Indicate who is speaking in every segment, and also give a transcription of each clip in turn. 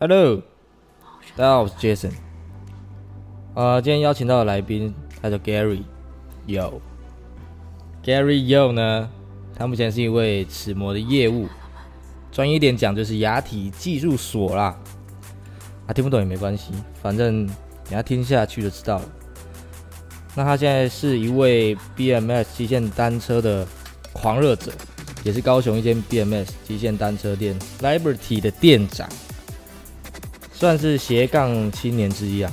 Speaker 1: Hello，大家好，我是 Jason。啊、今天邀请到的来宾，他叫 Gary Yo。Gary Yo 呢，他目前是一位齿模的业务，专业一点讲就是牙体技术所啦。啊，听不懂也没关系，反正等下听下去就知道了。那他现在是一位 BMS 极限单车的狂热者，也是高雄一间 BMS 极限单车店 Liberty 的店长。算是斜杠青年之一啊。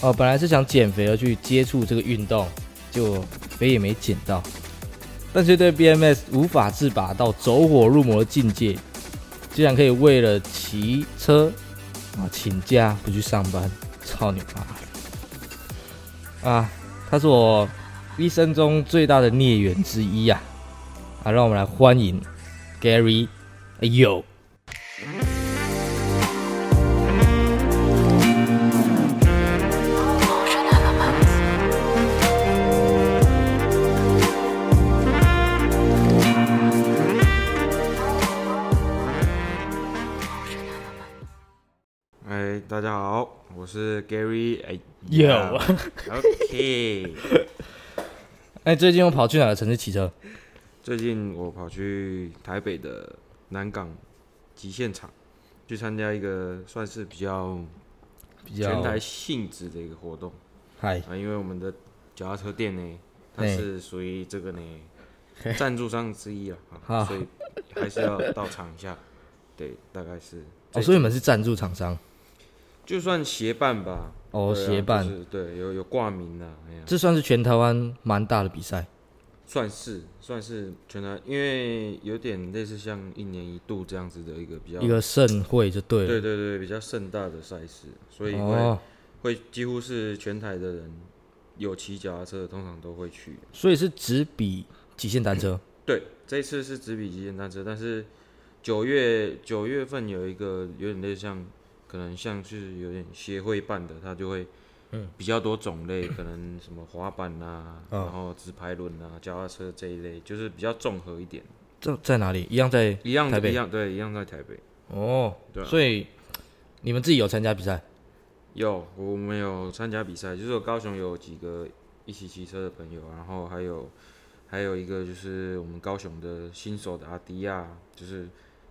Speaker 1: 哦，本来是想减肥而去接触这个运动，结果肥也没减到，但是对 BMS 无法自拔到走火入魔的境界，竟然可以为了骑车啊请假不去上班，操你妈！啊，他是我一生中最大的孽缘之一啊！啊，让我们来欢迎 Gary，哎呦！
Speaker 2: 哎，大家好，我是 Gary 哎。
Speaker 1: Yo
Speaker 2: OK，
Speaker 1: 哎，最近又跑去哪个城市骑车？
Speaker 2: 最近我跑去台北的南港极限场去参加一个算是比较
Speaker 1: 比较
Speaker 2: 全台性质的一个活动
Speaker 1: 嗨，
Speaker 2: 啊，因为我们的脚踏车店呢，它
Speaker 1: 哎
Speaker 2: 是属于这个呢赞助商之一啊，
Speaker 1: 好
Speaker 2: 啊所以还是要到场一下。对，大概是，
Speaker 1: 哦，所以你们是赞助厂商
Speaker 2: 就算协办吧。
Speaker 1: 哦，
Speaker 2: 对啊
Speaker 1: 协办
Speaker 2: 就，是对，有有挂名啊，哎呀，
Speaker 1: 这算是全台湾蛮大的比赛
Speaker 2: 算是算是全台，因为有点类似像一年一度这样子的一个比较，
Speaker 1: 一个盛会就对
Speaker 2: 对对
Speaker 1: 了。
Speaker 2: 对，比较盛大的赛事，所以会、
Speaker 1: 哦，
Speaker 2: 会几乎是全台的人有骑脚踏车的，通常都会去。
Speaker 1: 所以是只比极限单车
Speaker 2: 对，这一次是只比极限单车，但是九月九月份有一个有点类似像，可能像是有点协会办的，它就会比较多 种类，可能什么滑板啊，
Speaker 1: 嗯
Speaker 2: 然后直排轮啊，脚踏车这一类，就是比较综合一点。
Speaker 1: 这在哪里？一样在
Speaker 2: 一样
Speaker 1: 台北
Speaker 2: 一样对，一样在台北。
Speaker 1: 哦
Speaker 2: 对，啊
Speaker 1: 所以你们自己有参加比赛
Speaker 2: 有，我们有参加比赛，就是我高雄有几个一起骑车的朋友，然后还有还有一个就是我们高雄的新手的阿迪亚，就是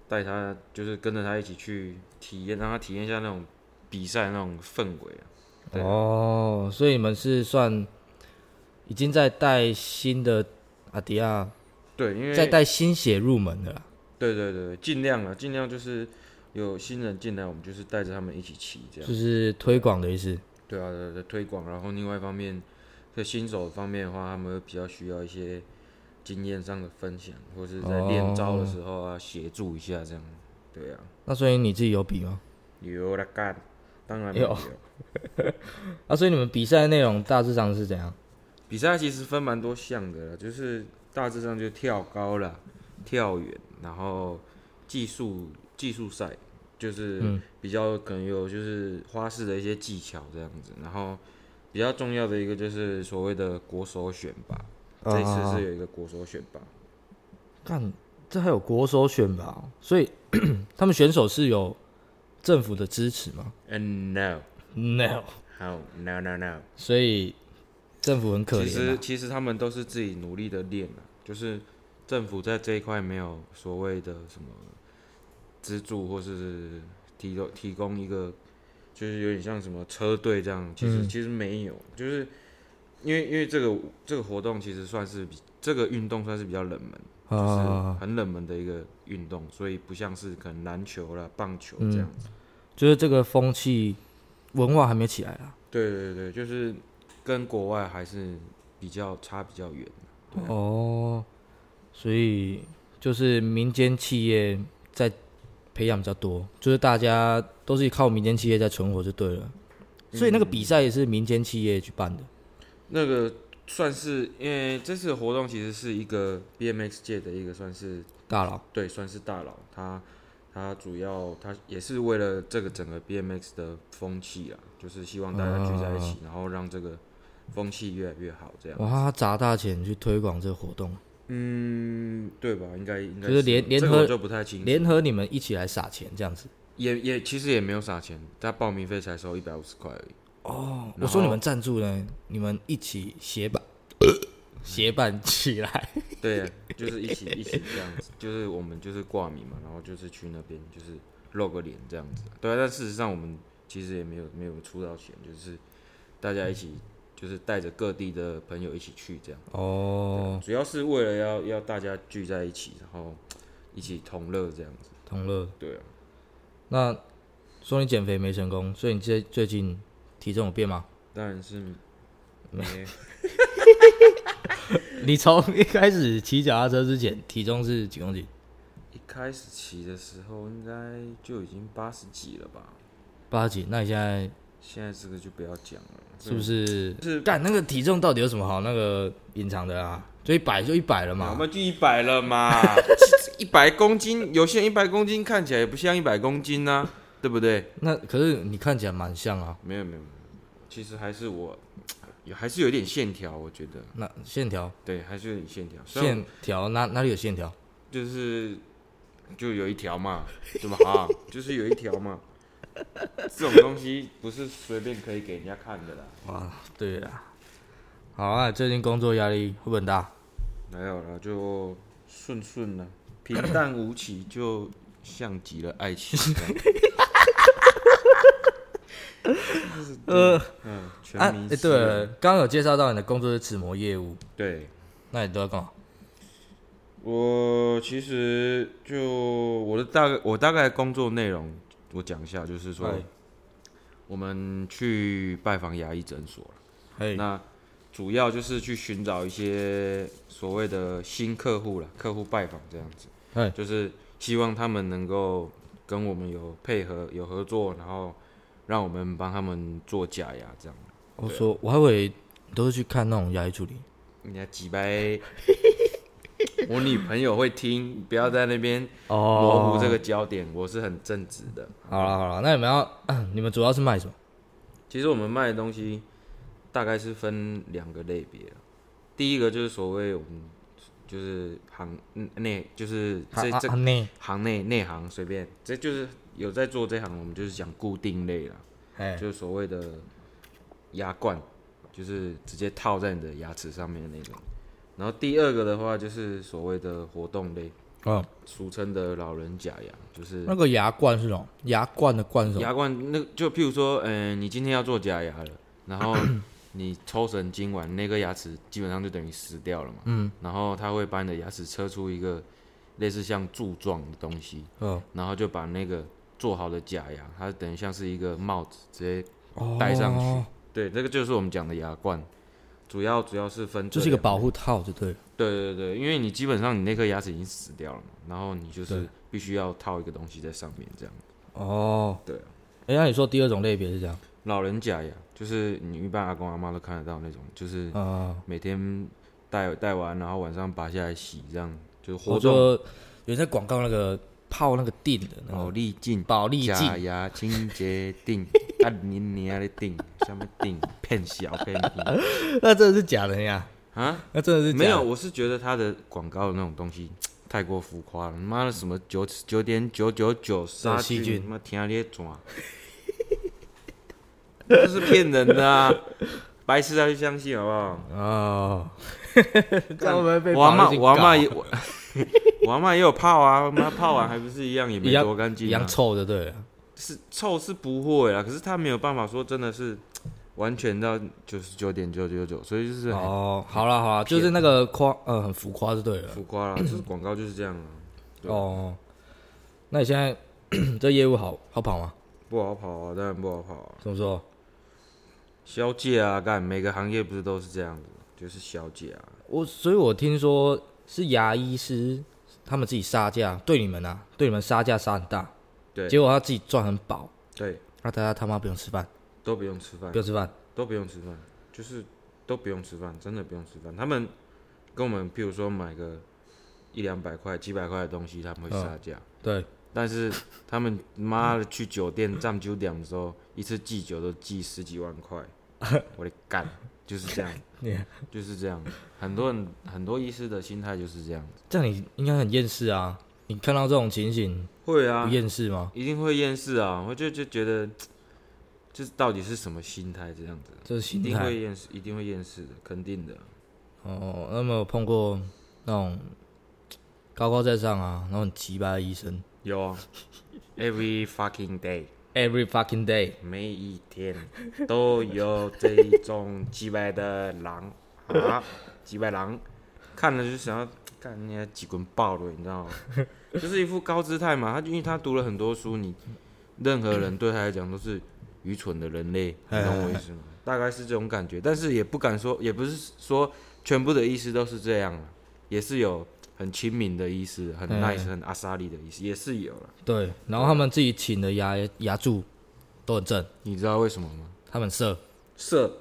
Speaker 2: 带他，就是跟着他一起去体验，让他体验一下那种比赛那种氛围啊。对
Speaker 1: 哦，所以你们是算已经在带新的阿迪亚，
Speaker 2: 对，因为
Speaker 1: 在带新血入门的啦。
Speaker 2: 对对对，尽量啊，尽量就是有新人进来，我们就是带着他们一起骑这样
Speaker 1: 就。是推广的意思。
Speaker 2: 对啊，的的推广，然后另外一方面，在新手方面的话，他们会比较需要一些经验上的分享，或是在练招的时候啊，协、助一下这样。对啊，
Speaker 1: 那所以你自己有比吗？
Speaker 2: 有啦干，当然没有
Speaker 1: 有。啊，所以你们比赛内容大致上是怎样？
Speaker 2: 比赛其实分蛮多项的啦，就是大致上就跳高啦、跳远，然后技术技术赛，就是比较可能有就是花式的一些技巧这样子，然后比较重要的一个就是所谓的国手选拔，
Speaker 1: 嗯
Speaker 2: 这一
Speaker 1: 啊
Speaker 2: 次是有一个国手选拔，
Speaker 1: 看，这还有国手选拔，所以 他们选手是有政府的支持吗
Speaker 2: 嗯 no
Speaker 1: ？No，
Speaker 2: 好 no no no，
Speaker 1: 所以政府很可怜、
Speaker 2: 其实
Speaker 1: 啊。
Speaker 2: 其实他们都是自己努力的练啊，就是政府在这一块没有所谓的什么资助或是提供提供一个，就是有点像什么车队这样，其实、
Speaker 1: 嗯
Speaker 2: 其实没有，就是因为因为这个这个活动其实算是比这个运动算是比较冷门，就是
Speaker 1: 啊，
Speaker 2: 很冷门的一个运动，所以不像是可能篮球啦、棒球这
Speaker 1: 嗯
Speaker 2: 样子。
Speaker 1: 就是这个风气文化还没起来啊。
Speaker 2: 对对对，就是跟国外还是比较差比较远。
Speaker 1: 哦，所以就是民间企业在培养比较多，就是大家都是靠民间企业在存活就对了。
Speaker 2: 嗯
Speaker 1: 所以那个比赛也是民间企业去办的。
Speaker 2: 那个算是因为这次的活动其实是一个 BMX 界的一个算是
Speaker 1: 大佬
Speaker 2: 对算是大佬，他他主要他也是为了这个整个 BMX 的风气啦，就是希望大家聚在一起，然后让这个风气越来越好，这样
Speaker 1: 哇，他砸大钱去推广这个活动，
Speaker 2: 嗯对吧？应该应该啊
Speaker 1: 就是联联
Speaker 2: 这个我
Speaker 1: 合
Speaker 2: 就不太清楚，
Speaker 1: 联合你们一起来撒钱这样子。
Speaker 2: 也也其实也没有撒钱，他报名费才收一百五十块而已。
Speaker 1: 哦，
Speaker 2: 然
Speaker 1: 我说你
Speaker 2: 后
Speaker 1: 们赞助呢，你们一起协 办，协办起来。
Speaker 2: 对，就是一起一起这样子，就是我们就是挂名嘛，然后就是去那边就是露个脸这样子。对啊，但事实上我们其实也没有没有出到钱，就是大家一起就是带着各地的朋友一起去这样。
Speaker 1: 哦，
Speaker 2: 主要是为了要要大家聚在一起，然后一起同乐这样子。
Speaker 1: 同乐。
Speaker 2: 对啊，
Speaker 1: 那说你减肥没成功，所以你最最近体重有变吗？
Speaker 2: 当然是没
Speaker 1: 你从一开始骑脚踏车之前，体重是几公斤？
Speaker 2: 一开始骑的时候应该就已经八十几了吧？
Speaker 1: 八十几？那你现在
Speaker 2: 现在这个就不要讲了，
Speaker 1: 是不嗯是？
Speaker 2: 是
Speaker 1: 干那个体重到底有什么好那个隐藏的啊？就一百就一百了
Speaker 2: 我
Speaker 1: 嘛。
Speaker 2: 们就一百了 嘛，一百公斤，有些人一百公斤看起来也不像一百公斤呐、对不对？
Speaker 1: 那可是你看起来蛮像啊。
Speaker 2: 没有没有，没有其实还是我，也还是有点线条，我觉得，
Speaker 1: 那线条
Speaker 2: 对，还是有点线条，虽然
Speaker 1: 线条哪哪里有线条？
Speaker 2: 就是就有一条嘛，对 吧？啊，就是有一条嘛，这种东西不是随便可以给人家看的啦，
Speaker 1: 哇，对啦。好啊，最近工作压力会不会很大？
Speaker 2: 没有了，就顺顺了，平淡无奇，就像极了 爱情这样。
Speaker 1: 呃，
Speaker 2: 嗯，
Speaker 1: 啊
Speaker 2: 全民，
Speaker 1: 诶
Speaker 2: 诗
Speaker 1: 对了
Speaker 2: 人，
Speaker 1: 刚刚有介绍到你的工作是纸模业务，
Speaker 2: 对，
Speaker 1: 那你都要干嘛？
Speaker 2: 我其实就我的大概我大概工作内容，我讲一下，就是说
Speaker 1: 哎
Speaker 2: 我们去拜访牙医诊所了
Speaker 1: 嘿，
Speaker 2: 那主要就是去寻找一些所谓的新客户啦，客户拜访这样子
Speaker 1: 哎，
Speaker 2: 就是希望他们能够跟我们有配合、有合作，然后让我们帮他们做假牙这样。
Speaker 1: 我说我还以为你都是去看那种牙医助理，
Speaker 2: 人家几百，我女朋友会听，不要在那边模哦糊这个焦点，我是很正直的。
Speaker 1: 哦好了好了，那你们要 你们主要是卖什么？
Speaker 2: 其实我们卖的东西大概是分两个类别啊第一个就是所谓我们就是行嗯内，就是
Speaker 1: 啊
Speaker 2: 这这
Speaker 1: 内，
Speaker 2: 行内内行随便，这就是有在做这行，我们就是讲固定类啦，
Speaker 1: 哎，
Speaker 2: 就是所谓的牙冠，就是直接套在你的牙齿上面的那种。然后第二个的话就是所谓的活动类，
Speaker 1: 哦，
Speaker 2: 俗称的老人假牙，就是
Speaker 1: 那个牙冠是什么？牙冠的冠是什么？
Speaker 2: 牙冠那就譬如说，嗯、你今天要做假牙了，然 后你抽神经完，那颗牙齿基本上就等于死掉了嘛。嗯。然后它会把你的牙齿车出一个类似像柱状的东西，
Speaker 1: 嗯，
Speaker 2: 然后就把那个做好的假牙，它等于像是一个帽子，直接戴上去。
Speaker 1: 哦
Speaker 2: 对，这个就是我们讲的牙冠，主要主要是分
Speaker 1: 就
Speaker 2: 这
Speaker 1: 是一个
Speaker 2: 两
Speaker 1: 保护套，就对了。
Speaker 2: 对对对，因为你基本上你那颗牙齿已经死掉了嘛，然后你就是
Speaker 1: 对
Speaker 2: 必须要套一个东西在上面这样。
Speaker 1: 哦，
Speaker 2: 对啊。
Speaker 1: 哎，那你说第二种类别是这样？
Speaker 2: 老人假牙，就是你一般阿公阿妈都看得到那种，就是
Speaker 1: 啊，
Speaker 2: 每天戴戴完，然后晚上拔下来洗，这样就是活
Speaker 1: 我
Speaker 2: 动
Speaker 1: 说有人在广告那个泡那个锭的那
Speaker 2: 保
Speaker 1: 个
Speaker 2: 利净
Speaker 1: 保利
Speaker 2: 哦假
Speaker 1: 锭，
Speaker 2: 牙清洁 定，啊你你啊的定，什么定骗小 骗屁
Speaker 1: 那真的是假的呀？
Speaker 2: 啊？
Speaker 1: 那真的是假的
Speaker 2: 没有，我是觉得他的广告那种东西太过浮夸了，妈的什么九九点九九九杀
Speaker 1: 细
Speaker 2: 菌，
Speaker 1: 菌
Speaker 2: 妈听你在转， 这是骗人的、啊，白痴才去相信好不好？
Speaker 1: 哦， 这样会不会被
Speaker 2: 我阿
Speaker 1: 妈
Speaker 2: 妈，我阿妈也我，我阿妈也有泡啊，妈泡完还不是一样，也没
Speaker 1: 一样
Speaker 2: 多干净、啊，
Speaker 1: 一样臭的，对了。
Speaker 2: 是臭是不会啦，可是他没有办法说真的是完全到九十九点九九九，所以就是很
Speaker 1: 哦，好了好了，就是那个夸，呃，很浮夸就对了。
Speaker 2: 浮夸啦，就是广告就是这样啊，对
Speaker 1: 哦，那你现在 这业务好好跑吗？
Speaker 2: 不好跑啊，当然不好跑啊，
Speaker 1: 怎么说？
Speaker 2: 消界啊，干每个行业不是都是这样子，就是消界啊，
Speaker 1: 我所以，我听说是牙医师他们自己杀价，对你们啊，对你们杀价杀很大，
Speaker 2: 对
Speaker 1: 结果他自己赚很饱，
Speaker 2: 对，
Speaker 1: 那大家他妈不用吃饭，
Speaker 2: 都不用吃饭
Speaker 1: 不，用吃饭，
Speaker 2: 都不用吃饭，就是都不用吃饭，真的不用吃饭。他们跟我们，譬如说买个一两百块、几百块的东西，他
Speaker 1: 嗯
Speaker 2: 们会杀价。
Speaker 1: 对，
Speaker 2: 但是他们妈的去酒店占酒点的时候，一次寄酒都寄十几万 块，我的干，就是这样
Speaker 1: Yeah，
Speaker 2: 就是这样。很多人很多医师的心态就是这样子，
Speaker 1: 这样你应该很厌世啊。你看到这种情形
Speaker 2: 会
Speaker 1: 不
Speaker 2: 啊，
Speaker 1: 厌世吗？
Speaker 2: 一定会厌世啊！我就就觉得，这到底是什么心态这样子？
Speaker 1: 这是
Speaker 2: 一
Speaker 1: 心
Speaker 2: 定
Speaker 1: 态
Speaker 2: 会厌世，一定会厌世的，肯定的。
Speaker 1: 哦。那么有碰过那种高高在上啊，然后很奇葩的医生
Speaker 2: 有啊，every fucking day，
Speaker 1: ，every fucking day，
Speaker 2: 每一天都有这一种几百的狼啊，几百狼，看了就想要干人家几棍爆了，你知道吗？ 就是一副高姿态嘛。他因为他读了很多书，你任何人对他来讲都是愚蠢的人类，你懂我意思吗？大概是这种感觉，但是也不敢说，也不是说全部的医师都是这样啊，也是有很亲民的医师，很
Speaker 1: 嗯
Speaker 2: nice、很阿莎利的医师，也是有了。
Speaker 1: 对，然后他们自己请的牙牙柱都很正，
Speaker 2: 你知道为什么吗？
Speaker 1: 他们色
Speaker 2: 色，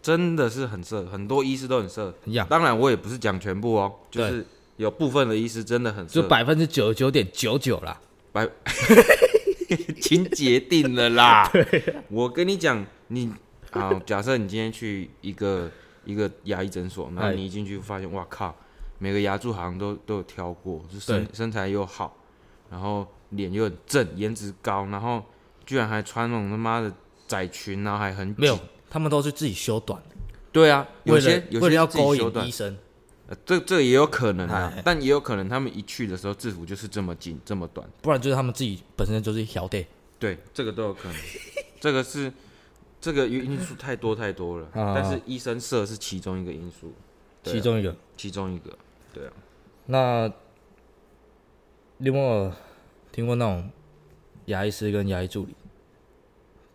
Speaker 2: 真的是很色，很多医师都很色。
Speaker 1: 很痒，
Speaker 2: 当然，我也不是讲全部哦，就
Speaker 1: 对
Speaker 2: 是有部分的医师真的很色。
Speaker 1: 就百分之九十九点九九啦。
Speaker 2: 白，请决定了 啦。我跟你讲，你好，假设你今天去一个一个牙医诊所，然后
Speaker 1: 哎
Speaker 2: 你一进去发现，哇靠，每个牙柱好像都都有挑过，就身身材又好，然后脸又很正，颜值高，然后居然还穿那种他妈的窄裙，然后还很
Speaker 1: 没有
Speaker 2: 紧。，
Speaker 1: 他们都是自己修短，
Speaker 2: 对啊，有
Speaker 1: 为
Speaker 2: 些
Speaker 1: 了
Speaker 2: 有
Speaker 1: 为
Speaker 2: 些
Speaker 1: 了要
Speaker 2: 自己
Speaker 1: 勾
Speaker 2: 修
Speaker 1: 引
Speaker 2: 短
Speaker 1: 医生，
Speaker 2: 呃这这也有可能啊
Speaker 1: 哎，
Speaker 2: 但也有可能他们一去的时候制服就是这么紧这么短。
Speaker 1: 不然就是他们自己本身就是小弟
Speaker 2: 对，这个都有可能。 这个是这个因素太多太多了，
Speaker 1: 啊
Speaker 2: 但是医生社是其中一个因素，对啊
Speaker 1: 其中一个。
Speaker 2: 其中一个。对啊，
Speaker 1: 那你有没有听过那种牙医师跟牙医助理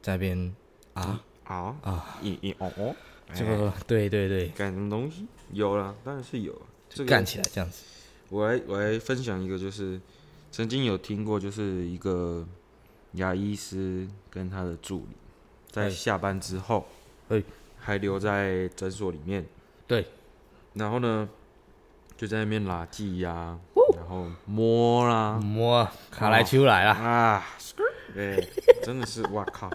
Speaker 1: 在那边啊？
Speaker 2: 啊啊，一一哦哦，
Speaker 1: 这个对对对，
Speaker 2: 干什么东西？有啦，当然是有啊。这个
Speaker 1: 干起来这样子。
Speaker 2: 我来我来分享一个，就是曾经有听过，就是一个牙医师跟他的助理在
Speaker 1: 哎
Speaker 2: 下班之后，
Speaker 1: 哎
Speaker 2: 还留在诊所里面，
Speaker 1: 对，
Speaker 2: 然后呢就在那边拉技呀、然后摸啦
Speaker 1: 摸卡莱丘来啦，
Speaker 2: 啊，对，真的是哇靠，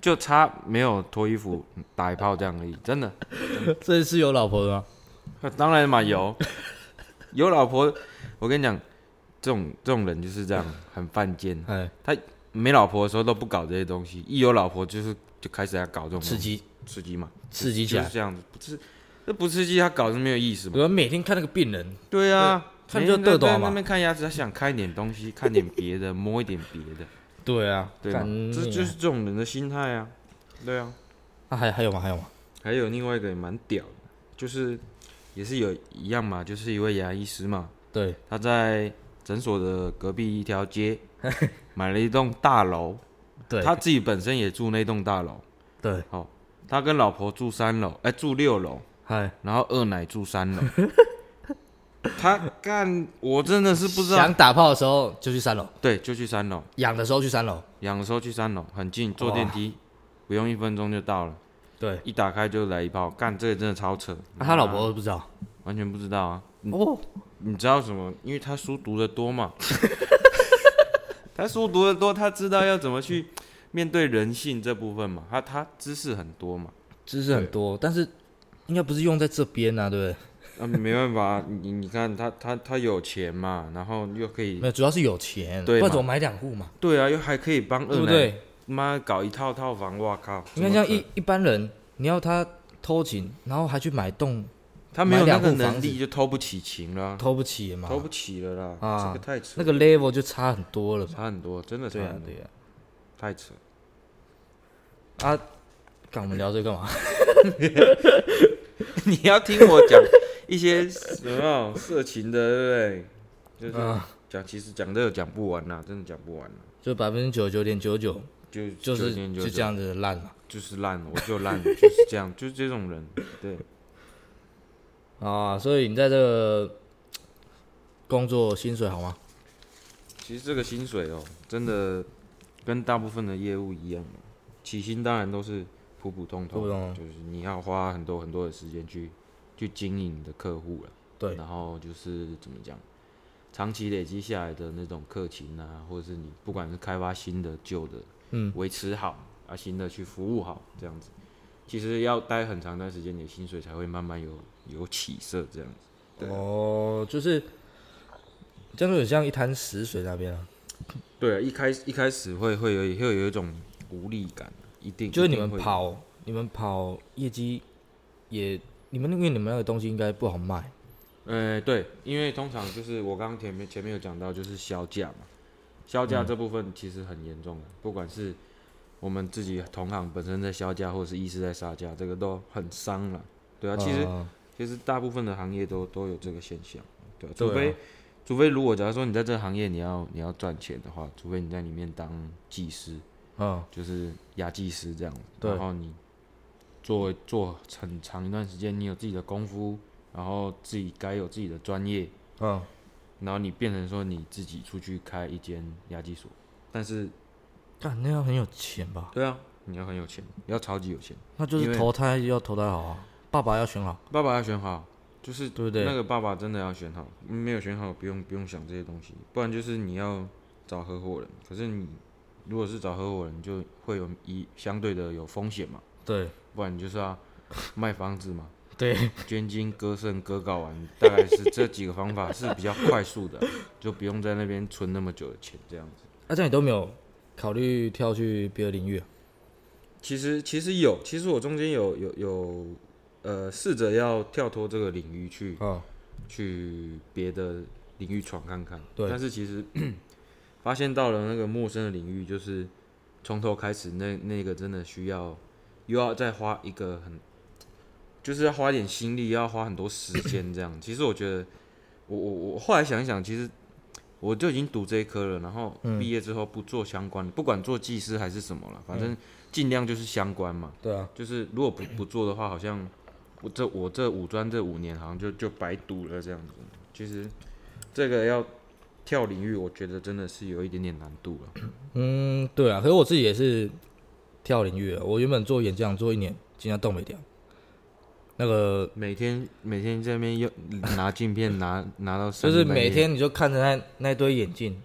Speaker 2: 就差没有脱衣服打一炮这样而已，真的。
Speaker 1: 这是有老婆的吗？
Speaker 2: 那当然嘛，有有老婆，我跟你讲，这种这种人就是这样，很犯贱。
Speaker 1: 哎，
Speaker 2: 没老婆的时候都不搞这些东西，一有老婆就是就开始要搞这种
Speaker 1: 刺
Speaker 2: 东西
Speaker 1: 激
Speaker 2: 刺激嘛，
Speaker 1: 刺激起
Speaker 2: 嗯就是
Speaker 1: 来。
Speaker 2: 这样子，不是这不刺激他搞是没有意思嘛。
Speaker 1: 我每天看那个病人，
Speaker 2: 对啊，
Speaker 1: 对看
Speaker 2: 每
Speaker 1: 就
Speaker 2: 天
Speaker 1: 得
Speaker 2: 在
Speaker 1: 到嘛
Speaker 2: 那边看牙齿，他想看一点东西，看点别的，摸一点别的，
Speaker 1: 对啊，
Speaker 2: 对
Speaker 1: 干
Speaker 2: 吗？这
Speaker 1: 你
Speaker 2: 就
Speaker 1: 啊
Speaker 2: 是这种人的心态啊，对啊。
Speaker 1: 啊，还还有吗？还有吗？
Speaker 2: 还有另外一个也蛮屌的，就是也是有一样嘛，就是一位牙医师嘛，
Speaker 1: 对，
Speaker 2: 他在诊所的隔壁一 条街买了一栋大楼，
Speaker 1: 对，
Speaker 2: 他自己本身也住那栋大楼，
Speaker 1: 对，
Speaker 2: 他跟老婆住三楼，哎、住六楼，
Speaker 1: 嗨，
Speaker 2: 然后二奶住三楼。 他干，我真的是不知道
Speaker 1: 想。打炮的时候就去三楼，
Speaker 2: 对，就去三楼，
Speaker 1: 痒的时候去三楼，
Speaker 2: 养的时候去三楼，很近，坐电梯不用一分钟就到了，
Speaker 1: 对。
Speaker 2: 一打开就来一炮，干这个真的超扯。
Speaker 1: 啊，他老婆不知道
Speaker 2: 完全不知道啊，
Speaker 1: 哦，
Speaker 2: 你知道什么？因为他书读得 多嘛，他书读得多，他知道要怎么去面对人性这部分嘛，他他知识很多嘛，
Speaker 1: 知识很多，但是应该不是用在这边啊，对不对？
Speaker 2: 啊， 没办法，你你看他他他有钱嘛，然后又可以
Speaker 1: 没，有，主要是有钱，
Speaker 2: 对嘛
Speaker 1: 不然怎么买两户嘛，
Speaker 2: 对啊，又还可以帮
Speaker 1: 对
Speaker 2: 二
Speaker 1: 不
Speaker 2: 奶
Speaker 1: 对？
Speaker 2: 妈搞一套套房，哇靠！
Speaker 1: 你看像
Speaker 2: 怎么
Speaker 1: 一
Speaker 2: 可
Speaker 1: 一般人，你要他偷情，然后还去买栋，
Speaker 2: 他没有那个
Speaker 1: 买两户
Speaker 2: 能
Speaker 1: 房
Speaker 2: 力
Speaker 1: 子
Speaker 2: 就偷不起情了啊，
Speaker 1: 偷不起嘛，
Speaker 2: 偷不起了啦，
Speaker 1: 啊
Speaker 2: 这个太扯
Speaker 1: 那，个 level 就差很多了嘛。
Speaker 2: 差很多，真的差
Speaker 1: 对啊
Speaker 2: 很，多，
Speaker 1: 对啊。
Speaker 2: 太扯。
Speaker 1: 啊，干我们聊这个干嘛？
Speaker 2: 你要听我讲一些什么色情的，对不对？就是
Speaker 1: 啊
Speaker 2: 讲，其实讲这个讲不完啦，真的讲不完啦，
Speaker 1: 就百分之九十九点九九，
Speaker 2: 就
Speaker 1: 就
Speaker 2: 就是今天
Speaker 1: 就
Speaker 2: 就
Speaker 1: 这，样子烂嘛。
Speaker 2: 就是烂，我就烂，就是这样， 就是这种人，对，
Speaker 1: 啊，所以你在这个工作薪水好吗？
Speaker 2: 其实这个薪水哦，真的跟大部分的业务一样，起薪当然都是普普通
Speaker 1: 普
Speaker 2: 通，
Speaker 1: 普通通
Speaker 2: 就是你要花很多很多的时间去去经营你的客户了。
Speaker 1: 对，
Speaker 2: 然后就是怎么讲，长期累积下来的那种客情啊，或者是你不管是开发新的、旧的，
Speaker 1: 嗯，
Speaker 2: 维持好啊，新的去服务好，这样子，其实要待很长一段时间，你的薪水才会慢慢有有起色，这样子。
Speaker 1: 哦，就是这样就很像一滩死水那边啊。
Speaker 2: 对啊，一开一开始会会有会有一种无力感，一定
Speaker 1: 就是你
Speaker 2: 一
Speaker 1: 们
Speaker 2: 定会
Speaker 1: 跑，你们跑业绩也，你们因为你们那个东西应该不好卖，
Speaker 2: 呃，对，因为通常就是我刚刚前面前面有讲到，就是销价嘛，销
Speaker 1: 嗯
Speaker 2: 价这部分其实很严重的，不管是我们自己同行本身在销价，或者是医师在杀价，这个都很伤了。对啊，其实、
Speaker 1: 呃
Speaker 2: 其实大部分的行业都都有这个现象，对、啊，
Speaker 1: 对啊
Speaker 2: 除非、除非如果假如说你在这个行业你要你要赚钱的话，除非你在里面当技师，
Speaker 1: 嗯
Speaker 2: 就是牙技师这样，
Speaker 1: 对
Speaker 2: 然后你做做很长一段时间，你有自己的功夫，然后自己该有自己的专业，
Speaker 1: 嗯，
Speaker 2: 然后你变成说你自己出去开一间牙技所，但是
Speaker 1: 但那要很有钱吧？
Speaker 2: 对啊，你要很有钱，要超级有钱，
Speaker 1: 那就
Speaker 2: 因
Speaker 1: 是
Speaker 2: 为
Speaker 1: 投胎要投胎好啊，爸爸要选好，
Speaker 2: 爸爸要选好，就是
Speaker 1: 对不对
Speaker 2: 那个爸爸真的要选好，没有选好不用不用想这些东西，不然就是你要找合伙人，可是你如果是找合伙人，就会有一相对的有风险嘛，
Speaker 1: 对
Speaker 2: 不然你就是要卖房子嘛。
Speaker 1: 对，
Speaker 2: 捐精、割肾、割睾丸，大概是这几个方法是比较快速的， 就不用在那边存那么久的钱这样子。
Speaker 1: 啊那、这样你都没有考虑跳去别的领域啊、
Speaker 2: 其实其实有，其实我中间有有有呃试着要跳脱这个领域去
Speaker 1: 嗯
Speaker 2: 去别的领域闯看看，
Speaker 1: 对
Speaker 2: 但是其实 发现到了那个陌生的领域，就是从头开始那那个真的需要又要再花一个很，就是要花一点心力，要花很多时间这样。其实我觉得，我我我后来想一想，其实我就已经读这一科了，然后毕业之后不做相关的，不管做技师还是什么了，反正尽量就是相关嘛。
Speaker 1: 对啊，
Speaker 2: 就是如果不 不做的话，好像我这我这五专这五年好像就就白读了这样子。其实这个要跳领域，我觉得真的是有一点点难度了。
Speaker 1: 嗯对啊，可是我自己也是跳领域的，我原本做演讲做一年，今天动没掉，那个
Speaker 2: 每天每天在那边又拿镜片拿拿到，
Speaker 1: 就是每天你就看着那那堆眼镜，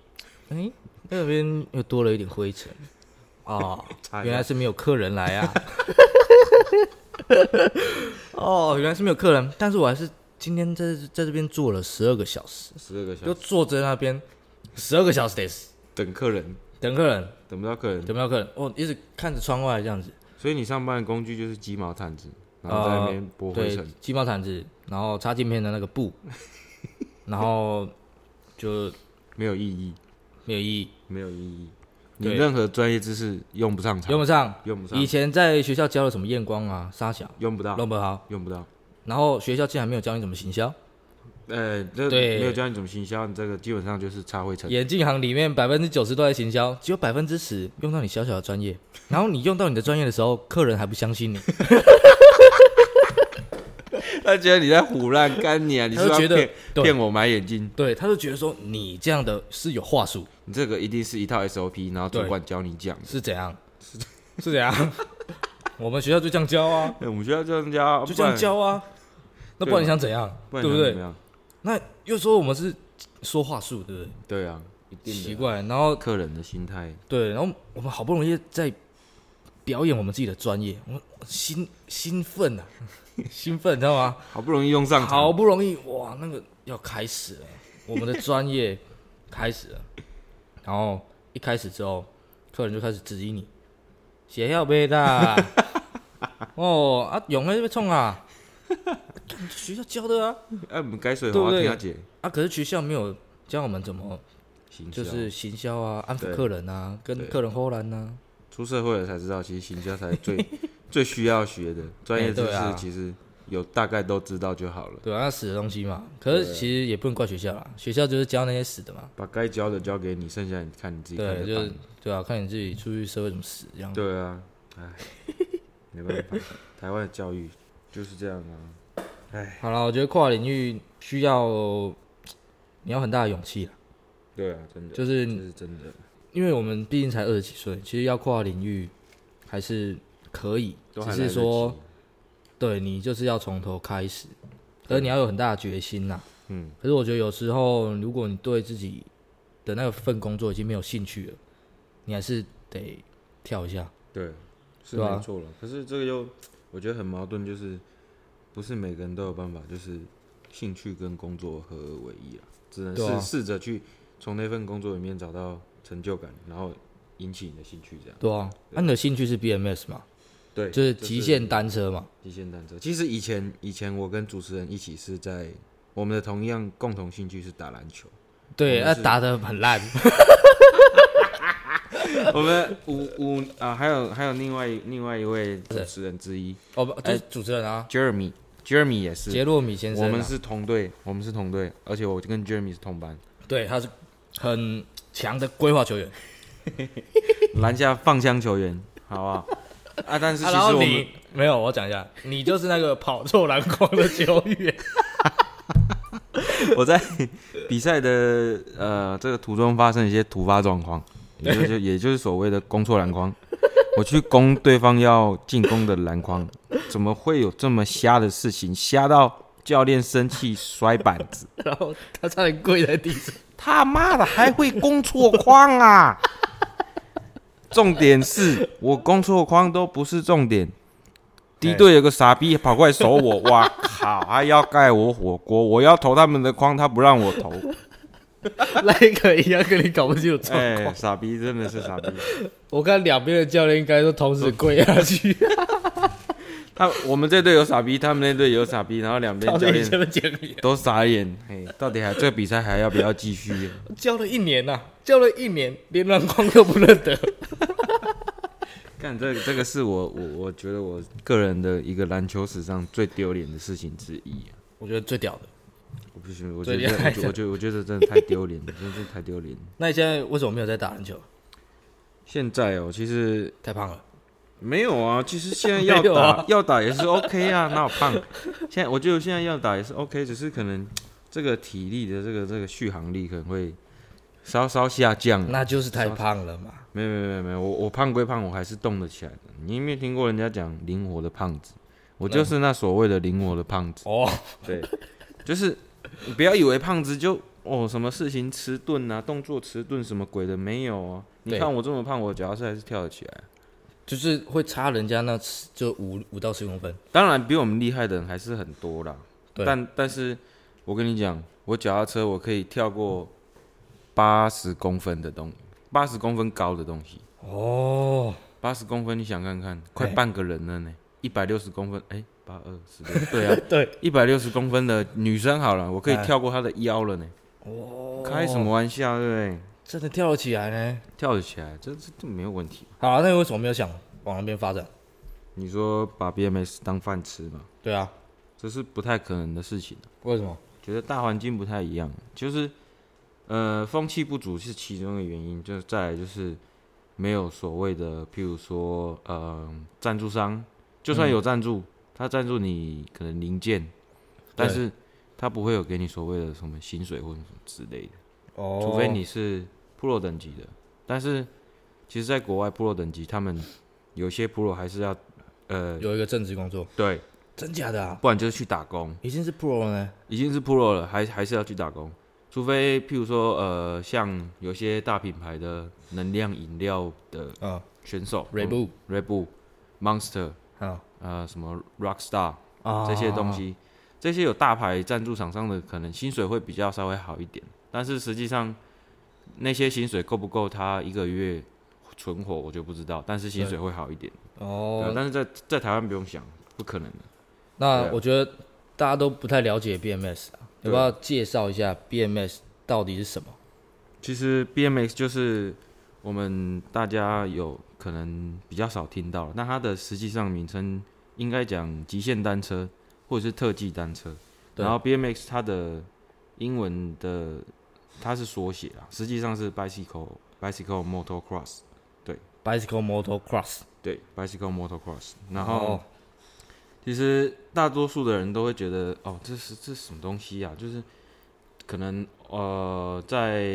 Speaker 1: 哎、那边又多了一点灰尘 啊，
Speaker 2: 差
Speaker 1: 原来是没有客人来 啊。哦，原来是没有客人，但是我还是今天在在这边坐了十二个小时，
Speaker 2: 十二个小
Speaker 1: 就
Speaker 2: 时
Speaker 1: 坐在那边十二个小时得死
Speaker 2: 等客人，
Speaker 1: 等客人，
Speaker 2: 等不到客人，
Speaker 1: 等不到客人，我一直看着窗外这样子，
Speaker 2: 所以你上班的工具就是鸡毛毯子，然后在那边拨灰
Speaker 1: 啊对
Speaker 2: 尘。，
Speaker 1: 鸡毛掸子，然后擦镜片的那个 布，然后就
Speaker 2: 没有意义，
Speaker 1: 没有意义，
Speaker 2: 没有意义。你
Speaker 1: 对
Speaker 2: 任何专业知识用不上场，
Speaker 1: 用不上。
Speaker 2: 用不上
Speaker 1: 以，前在学校教了什么验光啊、沙小、
Speaker 2: 用不到，
Speaker 1: 弄不好，
Speaker 2: 用不到。
Speaker 1: 然后学校竟然没有教你怎么行销。
Speaker 2: 呃，这
Speaker 1: 对
Speaker 2: 没有教你怎么行销，你这个基本上就是擦灰尘。
Speaker 1: 眼镜行里面百分之九十都在行销，只有百分之十用到你小小的 专业。然后你用到你的专业的时候，客人还不相信你，
Speaker 2: 他觉得你在胡乱干你啊！你
Speaker 1: 他
Speaker 2: 是不
Speaker 1: 就是觉
Speaker 2: 要
Speaker 1: 得
Speaker 2: 骗
Speaker 1: 对
Speaker 2: 骗我买眼镜，
Speaker 1: 对，他就觉得说你这样的是有话术，
Speaker 2: 你这个一定是一套 SOP，然后主
Speaker 1: 对
Speaker 2: 管教你讲的。
Speaker 1: 是怎样？是怎 样？我们学校就这样教啊，
Speaker 2: 哎我们学校这样教，
Speaker 1: 就这样教啊。那不然你想怎样？对
Speaker 2: 不然，不
Speaker 1: 不
Speaker 2: 然怎
Speaker 1: 对
Speaker 2: 么？样？
Speaker 1: 那又说我们是说话术，对不对？
Speaker 2: 对啊，一
Speaker 1: 奇
Speaker 2: 定的。
Speaker 1: 怪。然后
Speaker 2: 客人的心态，
Speaker 1: 对，然后我们好不容易在表演我们自己的专业，我们兴兴奋 啊，兴奋，你知道吗？
Speaker 2: 好不容易用上
Speaker 1: 好
Speaker 2: 场，
Speaker 1: 不容易，哇，那个要开始了，我们的专业开始了。然后一开始之后，客人就开始质疑你，血要杯 啦，哦啊，勇在这边冲啊，干学校教的啊，
Speaker 2: 哎，我们该水
Speaker 1: 对不
Speaker 2: 花
Speaker 1: 对
Speaker 2: 听他姐
Speaker 1: 啊，可是学校没有教我们怎么
Speaker 2: 行销
Speaker 1: 就。是行销啊，安抚
Speaker 2: 对
Speaker 1: 客人啊，跟
Speaker 2: 对
Speaker 1: 客人后兰啊，
Speaker 2: 出社会了才知道，其实行销才是 最最需要学的专业知
Speaker 1: 哎对啊
Speaker 2: 识，其实有大概都知道就好了，
Speaker 1: 对啊，那死的东西嘛。可是其实也不能怪学校啦，学校就是教那些死的嘛。
Speaker 2: 把该教的教给你，剩下你看你自己
Speaker 1: 对，
Speaker 2: 看着
Speaker 1: 就
Speaker 2: 办
Speaker 1: 是。对啊，看你自己出去社会怎么死这样。
Speaker 2: 对啊，唉，没办法，台湾的教育就是这样啊。
Speaker 1: 好了，我觉得跨领域需要你要很大的勇气啦，
Speaker 2: 对啊，真的，
Speaker 1: 就
Speaker 2: 这
Speaker 1: 是
Speaker 2: 是真的。
Speaker 1: 因为我们毕竟才二十几岁，其实要跨领域还是可以，
Speaker 2: 都
Speaker 1: 只
Speaker 2: 还来得
Speaker 1: 是
Speaker 2: 及
Speaker 1: 说，对你就是要从头开始，可是你要有很大的决心呐。
Speaker 2: 嗯，
Speaker 1: 可是我觉得有时候，如果你对自己的那份工作已经没有兴趣了，你还是得跳一下。
Speaker 2: 对，是
Speaker 1: 对啊
Speaker 2: 没错了。可是这个又，我觉得很矛盾，就是不是每个人都有办法，就是兴趣跟工作合二为一啊。只能
Speaker 1: 对啊
Speaker 2: 试试着去从那份工作里面找到成就感，然后引起你的兴趣，这样
Speaker 1: 对啊，那、你的兴趣是 BMS 嘛，
Speaker 2: 对，
Speaker 1: 就是
Speaker 2: 这
Speaker 1: 极限单车嘛，
Speaker 2: 极限单车。其实以前以前我跟主持人一起是在我们的同样共同兴趣是打篮球，
Speaker 1: 对，
Speaker 2: 我
Speaker 1: 那、
Speaker 2: 们是
Speaker 1: 打得很烂，
Speaker 2: 我们五五啊，还有还有另外另外一位主持人之一
Speaker 1: 哦不，就是主持人啊，
Speaker 2: ，Jeremy。Jeremy 也是，
Speaker 1: 杰洛米先生、啊，
Speaker 2: 我们是同队，我们是同队，而且我跟 Jeremy 是同班，
Speaker 1: 对，他是很强的规划球员，
Speaker 2: 篮下放枪球员，好不好？啊，但是其
Speaker 1: 啊、
Speaker 2: 实
Speaker 1: 然
Speaker 2: 我
Speaker 1: 后
Speaker 2: 们
Speaker 1: 你没有，我讲 一下，你就是那个跑错篮筐的球 员，
Speaker 2: 我在比赛的呃这个途中发生一些突发状况，也 就是也就是所谓的攻错篮筐，我去攻对方要进攻的篮筐，怎么会有这么瞎的事情？瞎到教练生气摔板子，
Speaker 1: 然后他差点跪在地上，
Speaker 2: 他妈的还会攻错框啊！ 重点是我攻错框都不是重点。敌队有个傻逼跑过来守我，哇靠！还要盖我火锅，我要投他们的框，他不让我投。
Speaker 1: 那个一样跟你搞不清楚状
Speaker 2: 哎、
Speaker 1: 况。
Speaker 2: 傻逼真的是傻逼。
Speaker 1: 我看两边的教练应该都同时跪下 去，
Speaker 2: 他我们这队有傻逼，他们那队有傻逼，然后两边
Speaker 1: 到
Speaker 2: 教
Speaker 1: 底
Speaker 2: 练
Speaker 1: 怎么讲理？
Speaker 2: 都傻眼。嘿，到底还这个比赛还要不要继续？
Speaker 1: 教了一年呐、教了一年，连篮筐都不认得。
Speaker 2: 干这这个是我我我觉得我个人的一个篮球史上最丢脸的事情之一、啊。
Speaker 1: 我觉得最屌的。
Speaker 2: 我不行，我
Speaker 1: 最
Speaker 2: 觉
Speaker 1: 厉
Speaker 2: 得
Speaker 1: 害
Speaker 2: 我
Speaker 1: 的
Speaker 2: 觉得我觉得我觉得真的太丢脸了，真的是太丢脸了。
Speaker 1: 那你现在为什么没有在打篮球？
Speaker 2: 现在哦，其实
Speaker 1: 太胖了。
Speaker 2: 没有啊，其实现在
Speaker 1: 没
Speaker 2: 要
Speaker 1: 有
Speaker 2: 打、
Speaker 1: 啊
Speaker 2: 要打也是 OK 啊，哪有胖？现在我觉得现在要打也是 OK，只是可能这个体力的这个这个续航力可能会稍稍下降。
Speaker 1: 那就是太胖了嘛。
Speaker 2: 没有没有没有没有，我我胖归胖，我还是动得起来的。你有没有听过人家讲灵活的胖子？我就是那所谓的灵活的胖子。
Speaker 1: 哦，
Speaker 2: 对，就是你不要以为胖子就哦什么事情迟钝啊，动作迟钝什么鬼的没有哦。你
Speaker 1: 对
Speaker 2: 看我这么胖，我脚踏车还是跳得起来。
Speaker 1: 就是会差人家那10就五五到十公分。
Speaker 2: 当然，比我们厉害的人还是很多啦。
Speaker 1: 对
Speaker 2: 但但是我跟你讲，我脚踏车我可以跳过八十公分的东，八十公分高的东西。
Speaker 1: 哦，
Speaker 2: 八十公分，你想看看，
Speaker 1: 哎
Speaker 2: 快半个人了呢。一百六十公分，哎、八二十六，对啊，
Speaker 1: 对，
Speaker 2: 一百六十公分的女生好了，我可以
Speaker 1: 哎
Speaker 2: 跳过她的腰了呢。
Speaker 1: 哦，
Speaker 2: 开什么玩笑，对不对？
Speaker 1: 真的跳得起来呢？
Speaker 2: 跳得起来，这这这没有问题。
Speaker 1: 好、啊，那你为什么没有想往那边发展？
Speaker 2: 你说把 BMS 当饭吃嘛，
Speaker 1: 对啊，
Speaker 2: 这是不太可能的事情啊、
Speaker 1: 为什么？
Speaker 2: 觉得大环境不太一样，啊就是呃风气不足是其中的原因，就是再来就是没有所谓的，譬如说呃赞助商，就
Speaker 1: 嗯
Speaker 2: 算有赞助，他赞助你可能零件，但
Speaker 1: 对
Speaker 2: 是他不会有给你所谓的什么薪水或者什么之类的，
Speaker 1: 哦，
Speaker 2: 除非你是 Pro 等级的。但是其实，在国外 Pro 等级，他们有些 Pro 还是要呃
Speaker 1: 有一个正职工作，
Speaker 2: 对，
Speaker 1: 真假的啊？
Speaker 2: 不然就是去打工。
Speaker 1: 已经是 pro 了呢。
Speaker 2: 已经是 pro 了，还还是要去打工，除非譬如说呃，像有些大品牌的能量饮料的
Speaker 1: 嗯
Speaker 2: 选手
Speaker 1: r e b o
Speaker 2: 啊 Red Bull、Monster
Speaker 1: 啊
Speaker 2: 呃什么 Rockstar
Speaker 1: 啊
Speaker 2: 这些东西，这些有大牌赞助厂商的，可能薪水会比较稍微好一点，但是实际上那些薪水够不够他一个月存活，我就不知道，但是薪水会好一点。对啊
Speaker 1: 哦。啊
Speaker 2: 但是在在台湾不用想，不可能的。
Speaker 1: 那我觉得大家都不太了解 BMS 啊，要
Speaker 2: 对
Speaker 1: 不要介绍一下 BMS 到底是什么？
Speaker 2: 其实 BMX 就是我们大家有可能比较少听到，那它的实际上名称应该讲极限单车或者是特技单车。
Speaker 1: 对
Speaker 2: 然后 BMX 它的英文的它是缩写啦，实际上是 bicycle bicycle motocross，
Speaker 1: Bicycle Motor Cross，
Speaker 2: 对 bicycle motocross。然
Speaker 1: 哦
Speaker 2: 后其实大多数的人都会觉得，哦，这是这是什么东西啊？就是可能呃，在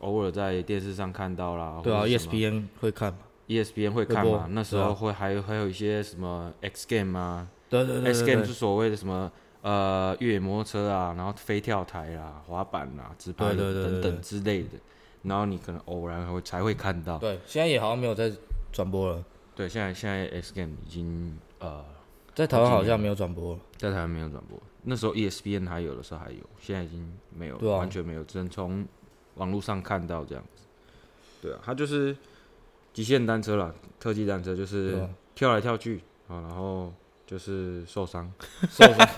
Speaker 2: 偶尔在电视上看到啦，
Speaker 1: 对啊
Speaker 2: 或者什么，E
Speaker 1: ，ESPN 会看嘛？
Speaker 2: ESPN 会看
Speaker 1: 会播
Speaker 2: 嘛？那时
Speaker 1: 对啊
Speaker 2: 候会还有还有一些什么 X Game 啊
Speaker 1: 对对对
Speaker 2: ，X
Speaker 1: 对
Speaker 2: Game
Speaker 1: 对
Speaker 2: 是所谓的什么呃越野摩托车啊，然后飞跳台啦、滑板啦、直拍
Speaker 1: 对对对
Speaker 2: 等
Speaker 1: 对
Speaker 2: 等
Speaker 1: 对
Speaker 2: 之类的，然后你可能偶然还会才会看到。
Speaker 1: 对，现在也好像没有在转播了，
Speaker 2: 对，现在现在 X Game 已经呃
Speaker 1: 在台湾好像没有转播了，
Speaker 2: 在台湾没有转播，那时候 E ESPN 还有的时候还有，现在已经没有，
Speaker 1: 对啊
Speaker 2: 完全没有，只能从网络上看到这样子。对啊，它就是极限单车啦，特技单车就
Speaker 1: 对
Speaker 2: 是
Speaker 1: 啊
Speaker 2: 跳来跳去啊，然后就是受伤，
Speaker 1: 受伤。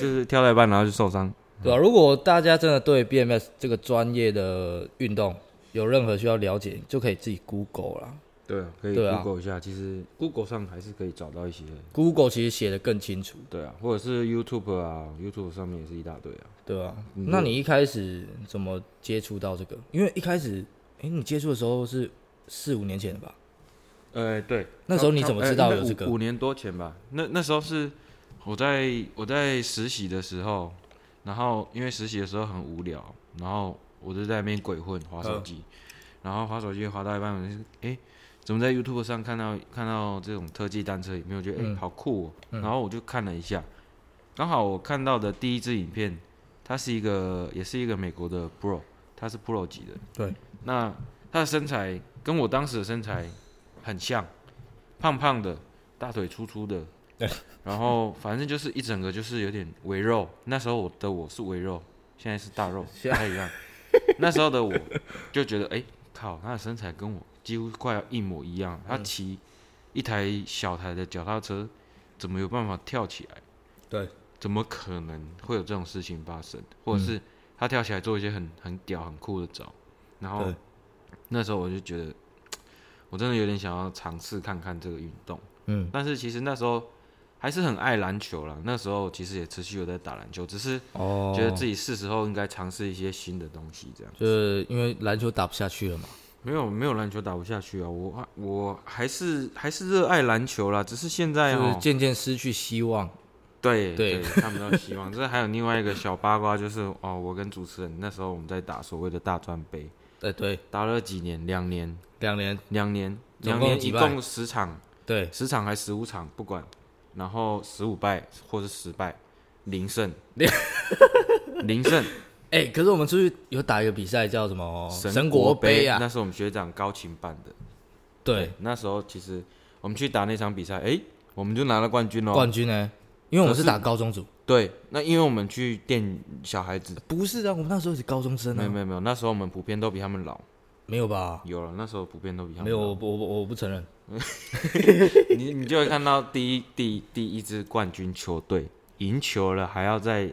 Speaker 2: 就是跳到一半然后就受伤。
Speaker 1: 对吧、如 果大家真的对 BMX 这个专业的运动有任何需要了解，就可以自己 Google 啦。
Speaker 2: 对啊，可以
Speaker 1: 对啊
Speaker 2: Google 一下，其实 Google 上还是可以找到一些。
Speaker 1: Google 其实写的更清楚，
Speaker 2: 对啊，或者是 YouTube 啊，YouTube 上面也是一大堆啊。
Speaker 1: 对吧、那你一开始怎么接触到这个？因为一开始，哎、你接触的时候是四五年前的吧？
Speaker 2: 呃，对，
Speaker 1: 那时候你怎么知道
Speaker 2: 呃
Speaker 1: 有这个
Speaker 2: 五五年多前吧，那那时候是我在我在实习的时候，然后因为实习的时候很无聊，然后我就在那边鬼混滑手机，然后滑手机滑到一半，我就哎、诶怎么在 YouTube 上看到看到这种特技单车影片，我觉得哎、诶好酷、哦，然后我就看了一下，刚好我看到的第一支影片，它是一个也是一个美国的 Pro，它是 Pro 级的，
Speaker 1: 对，
Speaker 2: 那他的身材跟我当时的身材很像，胖胖的，大腿粗粗的，然后反正就是一整个就是有点围肉。那时候我的我是围肉，现在是大肉，不太 一样。那时候的我就觉得，哎、靠，他的身材跟我几乎快要一模一样。
Speaker 1: 嗯
Speaker 2: 他骑一台小台的脚踏车，怎么有办法跳起来？
Speaker 1: 对，嗯
Speaker 2: 怎么可能会有这种事情发生？或者是他跳起来做一些很很屌、很酷的招，然后
Speaker 1: 对
Speaker 2: 那时候我就觉得，我真的有点想要尝试看看这个运动。
Speaker 1: 嗯，
Speaker 2: 但是其实那时候还是很爱篮球啦，那时候其实也持续有在打篮球，只是
Speaker 1: 哦
Speaker 2: 觉得自己是时候应该尝试一些新的东西，这样。
Speaker 1: 就是因为篮球打不下去了嘛。
Speaker 2: 没有没有篮球打不下去啊，我我还是还是热爱篮球啦，只是现在
Speaker 1: 就是
Speaker 2: 哦，
Speaker 1: 渐渐失去希望。
Speaker 2: 对
Speaker 1: 对
Speaker 2: 看不到希望。这还有另外一个小八卦，就是哦，我跟主持人那时候我们在打所谓的大专杯，
Speaker 1: 哎、对，
Speaker 2: 打了几年，两年，
Speaker 1: 两年，
Speaker 2: 两年，
Speaker 1: 总
Speaker 2: 两
Speaker 1: 共
Speaker 2: 年
Speaker 1: 几
Speaker 2: 一
Speaker 1: 败
Speaker 2: 共十场，
Speaker 1: 对，
Speaker 2: 十场还十五场，不管，然后十五败或是十败，零胜，零胜，
Speaker 1: 哎、可是我们出去有打一个比赛叫什么
Speaker 2: 神
Speaker 1: 哦国
Speaker 2: 杯
Speaker 1: 啊？
Speaker 2: 那是我们学长高琴办的。
Speaker 1: 对，，
Speaker 2: 那时候其实我们去打那场比赛，诶，我们就拿了冠军哦。
Speaker 1: 冠军呢？因为我们是打高中组，
Speaker 2: 对，那因为我们去电小孩子，
Speaker 1: 不是啊，我们那时候是高中生
Speaker 2: 没有
Speaker 1: 啊，
Speaker 2: 没有没有，那时候我们普遍都比他们老，
Speaker 1: 没有吧？
Speaker 2: 有了，那时候普遍都比他
Speaker 1: 没
Speaker 2: 们
Speaker 1: 有，
Speaker 2: 老。
Speaker 1: 我不我不我不承认。
Speaker 2: 你你就会看到第一第一第一支冠军球队赢球了，还要在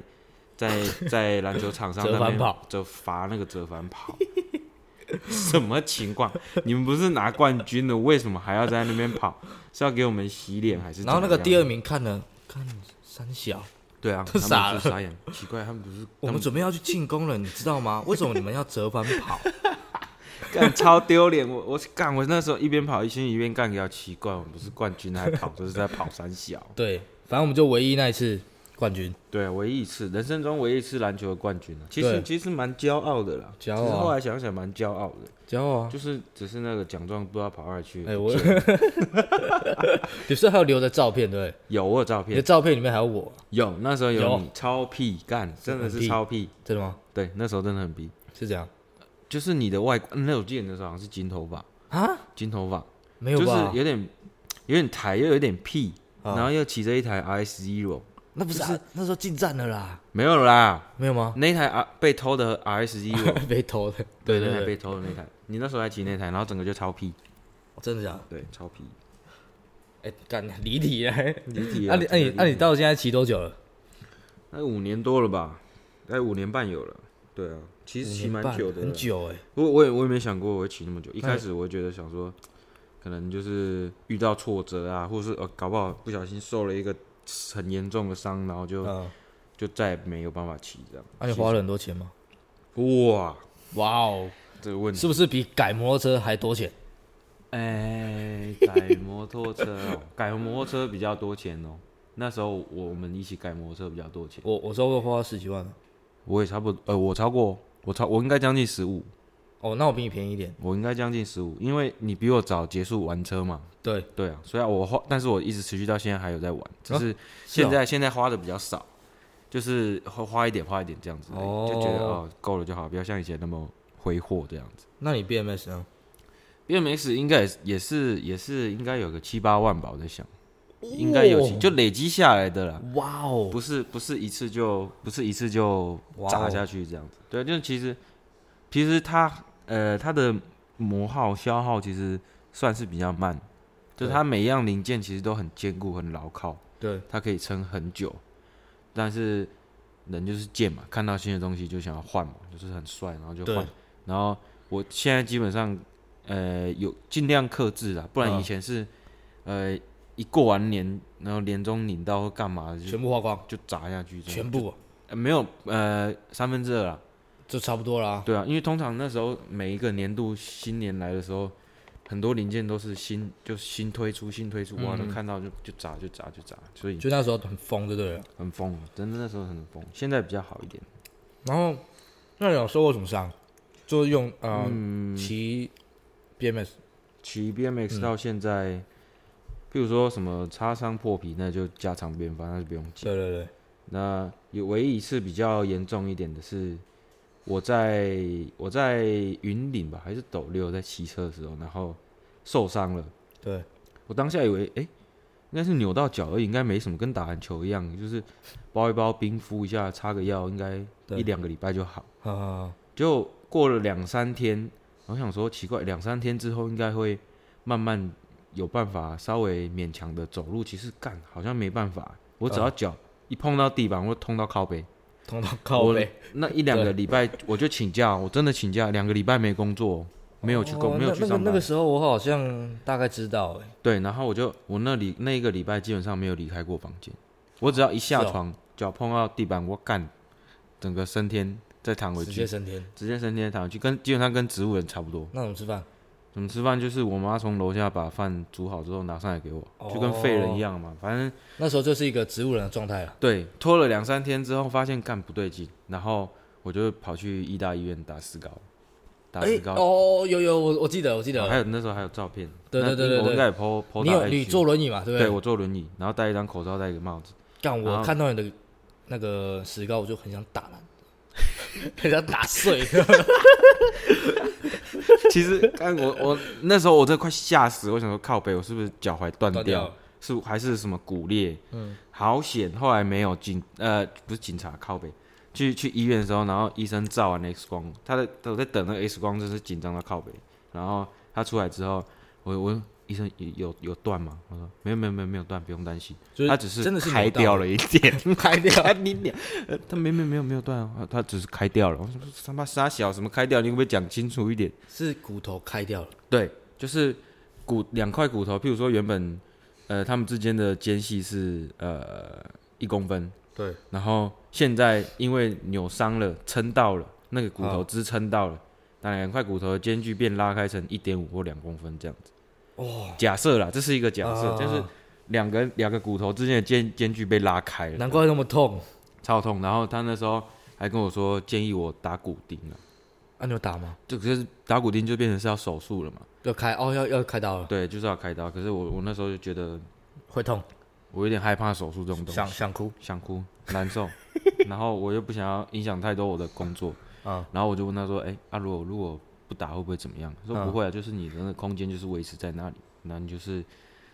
Speaker 2: 在在篮球场上
Speaker 1: 折
Speaker 2: 那边
Speaker 1: 返跑，
Speaker 2: 折罚那个折返跑， 什么情况？你们不是拿冠军的，为什么还要在那边跑？是要给我们洗脸还是怎
Speaker 1: 然后
Speaker 2: 么样？
Speaker 1: 那个第二名看了看三小，
Speaker 2: 对啊，
Speaker 1: 都傻
Speaker 2: 他们是傻眼，奇怪，他们不是
Speaker 1: 我们准备要去进攻了，你知道吗？为什么你们要折返 跑？
Speaker 2: 干超丢脸，我我干，我那时候一边跑一心一边干，要奇怪，我们不是冠军还跑，就是在跑三小。
Speaker 1: 对，反正我们就唯一那一次冠军。
Speaker 2: 对，唯一一次，人生中唯一一次篮球的冠军啊，其实
Speaker 1: 对
Speaker 2: 其实蛮骄傲的啦，
Speaker 1: 骄傲啊
Speaker 2: 只是后来想想蛮骄傲的，
Speaker 1: 骄傲啊！
Speaker 2: 就是只是那个奖状不知道跑哪里去。
Speaker 1: 哎、我，你是还有留着照片对不对？
Speaker 2: 有我有照
Speaker 1: 你的
Speaker 2: 片，
Speaker 1: 照片里面还有我，
Speaker 2: 有那时候有
Speaker 1: 有
Speaker 2: 你超屁干，真的
Speaker 1: 很
Speaker 2: 是
Speaker 1: 屁
Speaker 2: 超屁，
Speaker 1: 真的吗？
Speaker 2: 对，那时候真的很屁，
Speaker 1: 是这样
Speaker 2: 就是你的外观，嗯那我记得那时候好像是金头发，
Speaker 1: 啊？
Speaker 2: 金头发，
Speaker 1: 没有
Speaker 2: 就是
Speaker 1: 吧？
Speaker 2: 有点有点抬又有点屁，
Speaker 1: 啊
Speaker 2: 然后又骑着一台 R S Zero，
Speaker 1: 那不是、啊、那时候进站了啦，
Speaker 2: 没有啦，
Speaker 1: 没有吗？
Speaker 2: 那台 R 被偷的 R S Zero，
Speaker 1: 被偷的，哎
Speaker 2: 对，
Speaker 1: 对
Speaker 2: 那
Speaker 1: 对
Speaker 2: 台
Speaker 1: 对，
Speaker 2: 被偷的那台，你那时候还骑那台，然后整个就超屁，
Speaker 1: 真的假的？
Speaker 2: 对，超屁。
Speaker 1: 哎、干离题了。啊
Speaker 2: 离题
Speaker 1: 那、你那、你那、你到现在骑多久了？
Speaker 2: 那五年多了吧？哎，五年半有了。对啊，其实骑蛮久的
Speaker 1: 很
Speaker 2: 了。
Speaker 1: 久哎、
Speaker 2: 我我也我也没想过我会骑那么久。一开始我觉得想说，可能就是遇到挫折啊，或是呃搞不好不小心受了一个很严重的伤，然后就、
Speaker 1: 嗯，
Speaker 2: 就再也没有办法骑这样。
Speaker 1: 那、你花了很多钱吗？
Speaker 2: 哇，
Speaker 1: 哇哦，
Speaker 2: 这个问题，
Speaker 1: 是不是比改摩托车还多钱？
Speaker 2: 哎，改摩托车、哦，改摩托车比较多钱哦。那时候我们一起改摩托车比较多钱，
Speaker 1: 我我说我花十几万了
Speaker 2: 我也差不多，呃，我超过，我超，我应该将近十五，
Speaker 1: 哦，那我比你便宜一点。
Speaker 2: 我应该将近十五，因为你比我早结束玩车嘛。
Speaker 1: 对，
Speaker 2: 对啊，所以啊我花，但是我一直持续到现在还有在玩，只是
Speaker 1: 是哦
Speaker 2: 现在、现在花的比较少，就是花花一点花一点这样子而已，
Speaker 1: 哦
Speaker 2: 就觉得哦够了就好，不要像以前那么挥霍这样子。
Speaker 1: 那你 BMS 呢？
Speaker 2: BMX 应该也是也是也是应该有个七八万吧，我在想。应该有
Speaker 1: 哇
Speaker 2: 几，就累积下来的啦，
Speaker 1: 哇哦，
Speaker 2: 不是不是一次就不是一次就
Speaker 1: 哇哦
Speaker 2: 砸下去这样子。对，就是其实其实它呃它的磨耗消耗其实算是比较慢，就
Speaker 1: 对
Speaker 2: 是它每一样零件其实都很坚固很牢靠，
Speaker 1: 对，
Speaker 2: 它可以撑很久。但是人就是贱嘛，看到新的东西就想要换嘛，就是很帅，然后就换
Speaker 1: 对。
Speaker 2: 然后我现在基本上呃有尽量克制啦，不然
Speaker 1: 嗯
Speaker 2: 以前是、呃一过完年，然后年终领到或干嘛的就
Speaker 1: 全部花光，
Speaker 2: 就砸下去这样，
Speaker 1: 全部
Speaker 2: 呃、没有呃三分之二啦，
Speaker 1: 就差不多啦。
Speaker 2: 对啊，因为通常那时候每一个年度新年来的时候，很多零件都是新就是新推出新推出，
Speaker 1: 嗯
Speaker 2: 哇，能看到就就砸就砸就砸，所以
Speaker 1: 就那时候很疯，就对了。
Speaker 2: 很疯，啊真的那时候很疯，现在比较好一点。
Speaker 1: 然后那你有受过什么伤？就是用呃
Speaker 2: 嗯
Speaker 1: 骑 BMS
Speaker 2: 骑
Speaker 1: 嗯
Speaker 2: BMX 到现在，譬如说什么擦伤破皮，那就家常便饭，那就不用
Speaker 1: 对对对，
Speaker 2: 那有唯一一次比较严重一点的是，我在我在云岭吧，还是斗六，在骑车的时候，然后受伤了。
Speaker 1: 对，
Speaker 2: 我当下以为，哎、应该是扭到脚而已，应该没什么，跟打篮球一样，就是包一包冰敷一下，擦个药，应该
Speaker 1: 对
Speaker 2: 一两个礼拜就好。
Speaker 1: 哈哈，
Speaker 2: 就过了两三天，我想说奇怪，两三天之后应该会慢慢有办法稍微勉强的走路。其实干好像没办法，我只要脚一碰到地板，我就痛到靠背。
Speaker 1: 痛到靠背，
Speaker 2: 我那一两个
Speaker 1: 对
Speaker 2: 礼拜我就请假，我真的请假，两个礼拜没工作，没有去工，
Speaker 1: 哦
Speaker 2: 没有去
Speaker 1: 那那
Speaker 2: 上
Speaker 1: 个
Speaker 2: 班。
Speaker 1: 那个时候我好像大概知道哎、
Speaker 2: 对，然后我就我那里那一个礼拜基本上没有离开过房间，我只要一下
Speaker 1: 是哦
Speaker 2: 床，脚碰到地板，我干，整个升天再躺回
Speaker 1: 直接
Speaker 2: 去，
Speaker 1: 升天。
Speaker 2: 直接升天躺回去，跟基本上跟植物人差不多。
Speaker 1: 那怎么吃饭？
Speaker 2: 怎么吃饭？就是我妈从楼下把饭煮好之后拿上来给我，
Speaker 1: 哦
Speaker 2: 就跟废人一样嘛。反正
Speaker 1: 那时候就是一个植物人的状态了。啊
Speaker 2: 对，拖了两三天之后，发现干不对劲，然后我就跑去医大医院打石膏，打石膏。
Speaker 1: 哦，有有，我我记得我记得，
Speaker 2: 哎哦还有那时候还有照片，
Speaker 1: 对对
Speaker 2: 那
Speaker 1: 对对
Speaker 2: 我
Speaker 1: 对
Speaker 2: 应该也 po po
Speaker 1: 你
Speaker 2: 到
Speaker 1: 有
Speaker 2: IG
Speaker 1: 你坐轮椅嘛，对不
Speaker 2: 对我啊坐轮椅，然后戴一张口罩，戴一个帽子，
Speaker 1: 干
Speaker 2: 然
Speaker 1: 我
Speaker 2: 后
Speaker 1: 看到你的那个石膏，我就很想打烂， 很想打 碎。
Speaker 2: 其实，看我我那时候我真的快吓死，我想说靠北，我是不是脚踝断
Speaker 1: 断掉
Speaker 2: 是还是什么骨裂？嗯，好险，后来没有警呃不是警察靠北，去去医院的时候，然后医生照完 X 光，他在我在等那个 X 光，真是紧张到靠北。然后他出来之后，我我医生有有有断吗？我说没有没有没有没有断，不用担心，
Speaker 1: 就是
Speaker 2: 他只是
Speaker 1: 真的是
Speaker 2: 开掉了一点。
Speaker 1: 扭到， 开掉。
Speaker 2: 啊你俩，呃他没没没有没有断啊，他只是开掉了。我说他妈傻小，什么开掉？你可不可以讲清楚一点？
Speaker 1: 是骨头开掉了，
Speaker 2: 对，就是骨两块骨头，譬如说原本呃他们之间的间隙是呃一公分，
Speaker 1: 对，
Speaker 2: 然后现在因为扭伤了，撑到了那个骨头
Speaker 1: 好
Speaker 2: 支撑到了，那两块骨头的间距变拉开成一点五或两公分这样子。
Speaker 1: 哦，
Speaker 2: 假设啦，这是一个假设，
Speaker 1: 啊
Speaker 2: 就是两个两个骨头之间的间间距被拉开了，
Speaker 1: 难怪那么痛。
Speaker 2: 超痛。然后他那时候还跟我说建议我打骨钉了，
Speaker 1: 啊，你有打吗？
Speaker 2: 就可是打骨钉就变成是要手术了嘛，
Speaker 1: 要开哦，要要开刀了，
Speaker 2: 对，就是要开刀。可是我我那时候就觉得
Speaker 1: 会痛，
Speaker 2: 我有点害怕手术这种东西，
Speaker 1: 想想哭
Speaker 2: 想哭难受， 然后我又不想要影响太多我的工作，
Speaker 1: 啊，
Speaker 2: 然后我就问他说：“哎、啊，如果如果不打会不会怎么样？”他说：“
Speaker 1: 嗯
Speaker 2: 不会啊，就是你的那个空间就是维持在那里，那你就是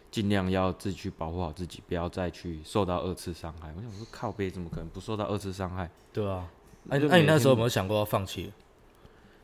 Speaker 2: 尽量要自己去保护好自己，不要再去受到二次伤害。”我想说靠背怎么可能不受到二次伤害？
Speaker 1: 对啊。那
Speaker 2: 就
Speaker 1: 那你
Speaker 2: 每
Speaker 1: 那时候有
Speaker 2: 天
Speaker 1: 没有想过要放弃？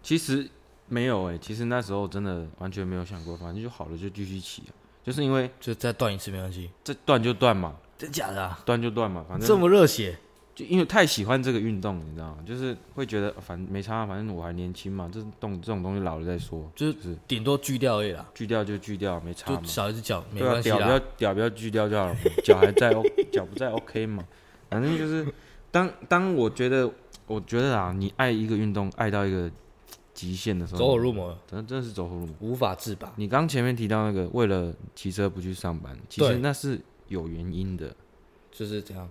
Speaker 2: 其实没有哎、其实那时候真的完全没有想过，反正就好了就继续骑啊，就是因为
Speaker 1: 就再断一次没关系，
Speaker 2: 这断就断嘛，
Speaker 1: 真假的、啊？
Speaker 2: 断就断嘛，反正
Speaker 1: 这么热血，
Speaker 2: 就因为太喜欢这个运动，你知道吗？就是会觉得呃反正没差，啊反正我还年轻嘛，这动这种东西老了再说，
Speaker 1: 就是
Speaker 2: 是
Speaker 1: 顶多锯掉而已啦，
Speaker 2: 锯掉就锯掉，没差嘛
Speaker 1: 就。少一只脚没
Speaker 2: 对啊，
Speaker 1: 关系
Speaker 2: 屌不要
Speaker 1: 啦。
Speaker 2: 屌不要锯掉就好了嘛，脚还在，O，脚 不在 OK 嘛。反正就是当当我觉得我觉得啊，你爱一个运动爱到一个极限的时候，
Speaker 1: 走火入魔，
Speaker 2: 真的真的是走火入魔。
Speaker 1: 无法自拔。
Speaker 2: 你刚前面提到那个为了骑车不去上班，其
Speaker 1: 对
Speaker 2: 实那是有原因的。
Speaker 1: 就是这样，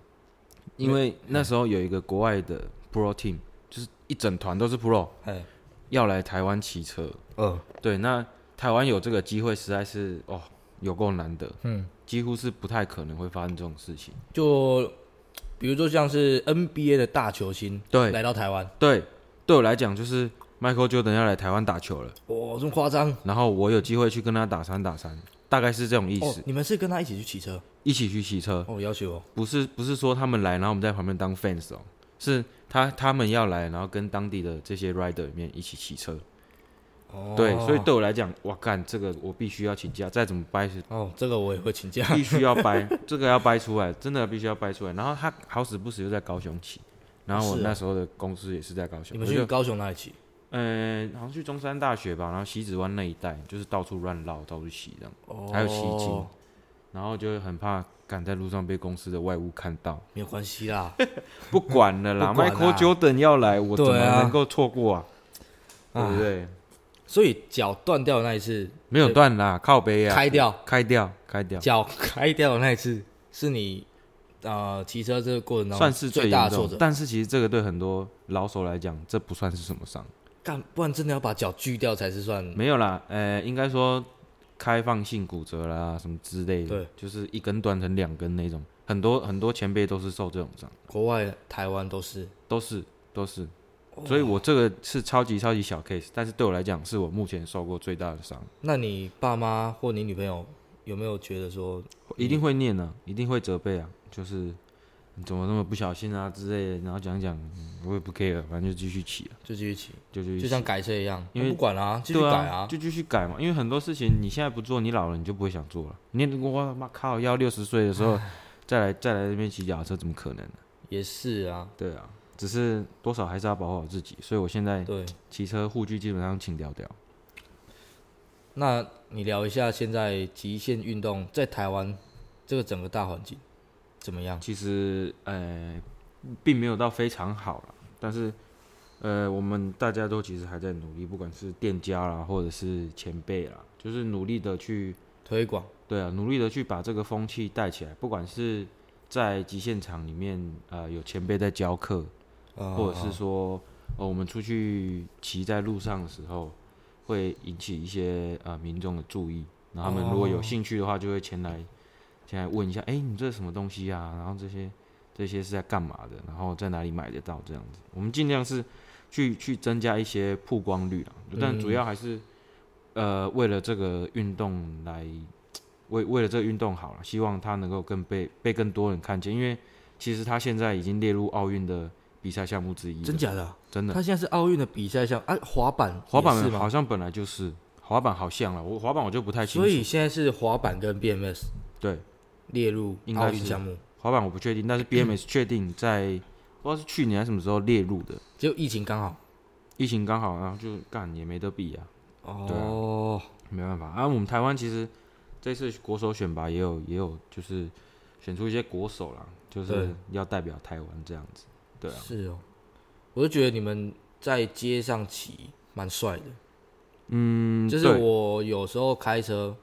Speaker 2: 因
Speaker 1: 嗯
Speaker 2: 为那时候有一个国外的 Pro Team，就是一整团都是 Pro，
Speaker 1: 哎，
Speaker 2: 要来台湾骑车。
Speaker 1: 嗯，
Speaker 2: 对，那台湾有这个机会，实在是哦，有够难得，
Speaker 1: 嗯，
Speaker 2: 几乎是不太可能会发生这种事情。
Speaker 1: 就比如说像是 NBA 的大球星
Speaker 2: 对
Speaker 1: 来到台湾，
Speaker 2: 对，对我来讲就是 Michael Jordan 要来台湾打球了，
Speaker 1: 哇，这么夸张，
Speaker 2: 然后我有机会去跟他打三打三，大概是这种意
Speaker 1: 哦
Speaker 2: 思，。
Speaker 1: 你们是跟他一起去骑车？
Speaker 2: 一起去骑车，
Speaker 1: 哦，要求哦。
Speaker 2: 不是不是说他们来，然后我们在旁边当 fans 哦，是他他们要来，然后跟当地的这些 rider 里面一起骑车。
Speaker 1: 哦
Speaker 2: 对，所以对我来讲，哇干，这个我必须要请假，再怎么掰是
Speaker 1: 哦，这个我也会请假。
Speaker 2: 必须要 掰，这个要掰出来，真的必须要掰出来。然后他好死不死又在高雄骑，然后我
Speaker 1: 是啊
Speaker 2: 那时候的公司也是在高雄，
Speaker 1: 你们
Speaker 2: 我
Speaker 1: 去
Speaker 2: 就
Speaker 1: 高雄哪里骑？
Speaker 2: 嗯、好像去中山大学吧，然后西子湾那一带，就是到处乱绕，到处骑这样，
Speaker 1: 哦，
Speaker 2: 还有骑行然后就很怕赶在路上被公司的外务看到，
Speaker 1: 没有关系啦。
Speaker 2: 不管了啦
Speaker 1: 不管啦
Speaker 2: ，Michael Jordan 要来，我怎么
Speaker 1: 对啊
Speaker 2: 能够错过啊？对
Speaker 1: 啊
Speaker 2: 不对？
Speaker 1: 所以脚断掉的那一次，
Speaker 2: 没有断啦，靠背啊，
Speaker 1: 开掉，
Speaker 2: 开掉，开掉，
Speaker 1: 脚开掉的那一次，是你呃骑车这个过程当中
Speaker 2: 算是
Speaker 1: 最
Speaker 2: 严
Speaker 1: 大的
Speaker 2: 重
Speaker 1: 挫折。
Speaker 2: 但是其实这个对很多老手来讲，这不算是什么伤。
Speaker 1: 干，不然真的要把脚锯掉才是算。
Speaker 2: 没有啦，呃，应该说开放性骨折啦，什么之类的
Speaker 1: 对，
Speaker 2: 就是一根断成两根那种。很多很多前辈都是受这种伤，
Speaker 1: 国外、台湾都是。
Speaker 2: 都是都是。所以我这个是超级超级小 case，但是对我来讲，是我目前受过最大的伤。
Speaker 1: 那你爸妈或你女朋友有没有觉得说，
Speaker 2: 一
Speaker 1: 嗯
Speaker 2: 定会念啊，一定会责备啊，就是你怎么那么不小心啊之类的，然后讲一讲，嗯我也不 care，反正就继续骑啊，
Speaker 1: 就继续骑，
Speaker 2: 就继续
Speaker 1: 就
Speaker 2: 骑
Speaker 1: 像改车一样，
Speaker 2: 因为
Speaker 1: 那不管啦、继续
Speaker 2: 对
Speaker 1: 改
Speaker 2: 啊，就继续改嘛。因为很多事情你现在不做，你老了你就不会想做了。你我妈靠，要六十岁的时候再来再来这边骑脚踏车，怎么可能呢、
Speaker 1: 也是啊，
Speaker 2: 对啊，只是多少还是要保护好自己。所以我现在
Speaker 1: 对。
Speaker 2: 骑车护具基本上请掉掉。
Speaker 1: 那你聊一下现在极限运动在台湾这个整个大环境怎么样？
Speaker 2: 其实呃，并没有到非常好了，但是呃，我们大家都其实还在努力，不管是店家啦，或者是前辈啦，就是努力的去
Speaker 1: 推广
Speaker 2: 对啊，努力的去把这个风气带起来，不管是在极限场里面，呃，有前辈在教课，
Speaker 1: 啊，
Speaker 2: 或者是说，呃，我们出去骑在路上的时候，会引起一些呃民众的注意，然后他们如果
Speaker 1: 哦
Speaker 2: 有兴趣的话，就会前来前来问一下，哎、你这是什么东西啊？然后这些这些是在干嘛的？然后在哪里买得到？这样子，我们尽量是去去增加一些曝光率啊，但
Speaker 1: 嗯
Speaker 2: 主要还是、呃为了这个运动来。为为了这个运动好了，希望它能够更被被更多人看见，因为其实它现在已经列入奥运的比赛项目之一了。
Speaker 1: 真假的啊、
Speaker 2: 真的，
Speaker 1: 他现在是奥运的比赛项啊，滑板也
Speaker 2: 滑板
Speaker 1: 是
Speaker 2: 好
Speaker 1: 吗？
Speaker 2: 像本来就是滑板，好像了。我滑板我就不太清
Speaker 1: 所以
Speaker 2: 楚。
Speaker 1: 现在是滑板跟 BMS
Speaker 2: 对，
Speaker 1: 列入
Speaker 2: 应该
Speaker 1: 奥
Speaker 2: 是
Speaker 1: 运项目，
Speaker 2: 滑板我不确定，但是 BMS 确定在不知道是去年还是什么时候列入的。
Speaker 1: 就疫情刚好
Speaker 2: 疫情刚好，然后就干也没得比啊，
Speaker 1: 哦，
Speaker 2: 没办法啊。我们台湾其实这次国手选拔也有也有就是选出一些国手啦，就是
Speaker 1: 对
Speaker 2: 要代表台湾这样子。对啊，
Speaker 1: 是哦，我就觉得你们在街上骑蛮帅的，
Speaker 2: 嗯，
Speaker 1: 就是
Speaker 2: 对
Speaker 1: 我有时候开车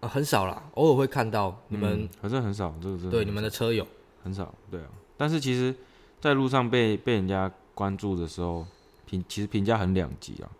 Speaker 1: 啊很少啦，偶尔会看到你们、
Speaker 2: 嗯反正很少，这个真的
Speaker 1: 对
Speaker 2: 很
Speaker 1: 你们
Speaker 2: 少
Speaker 1: 的车友
Speaker 2: 很少，对啊。但是其实，在路上被被人家关注的时候，评其实评价很两极啊。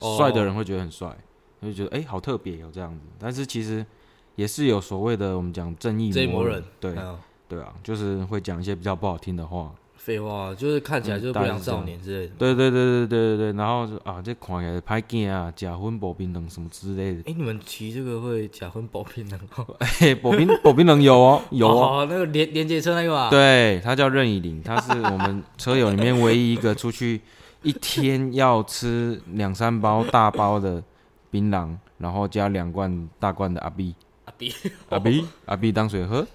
Speaker 1: 哦
Speaker 2: 帅、的人会觉得很帅，就觉得哎、诶好特别有、这样子。但是其实也是有所谓的我们讲正义
Speaker 1: 这一魔
Speaker 2: 人
Speaker 1: 人，
Speaker 2: 对、
Speaker 1: 嗯
Speaker 2: 对啊，就是会讲一些比较不好听的话。
Speaker 1: 废话，就是看起
Speaker 2: 嗯
Speaker 1: 来就是不良少年之类的。
Speaker 2: 对对对对对对对，然后就啊，这看起来拍镜啊，假婚薄冰冷什么之类的。
Speaker 1: 哎、你们骑这个会假婚保品能哦？
Speaker 2: 嘿，薄冰薄冰冷有哦，有哦。
Speaker 1: 哦，那个连连接车那个啊嘛。，
Speaker 2: 对，他叫任以林，他是我们车友里面唯一一个出去一天要吃两三包大包的槟榔，然后加两罐大罐的阿 B，
Speaker 1: 阿比，
Speaker 2: 阿 B 阿 B 当水喝，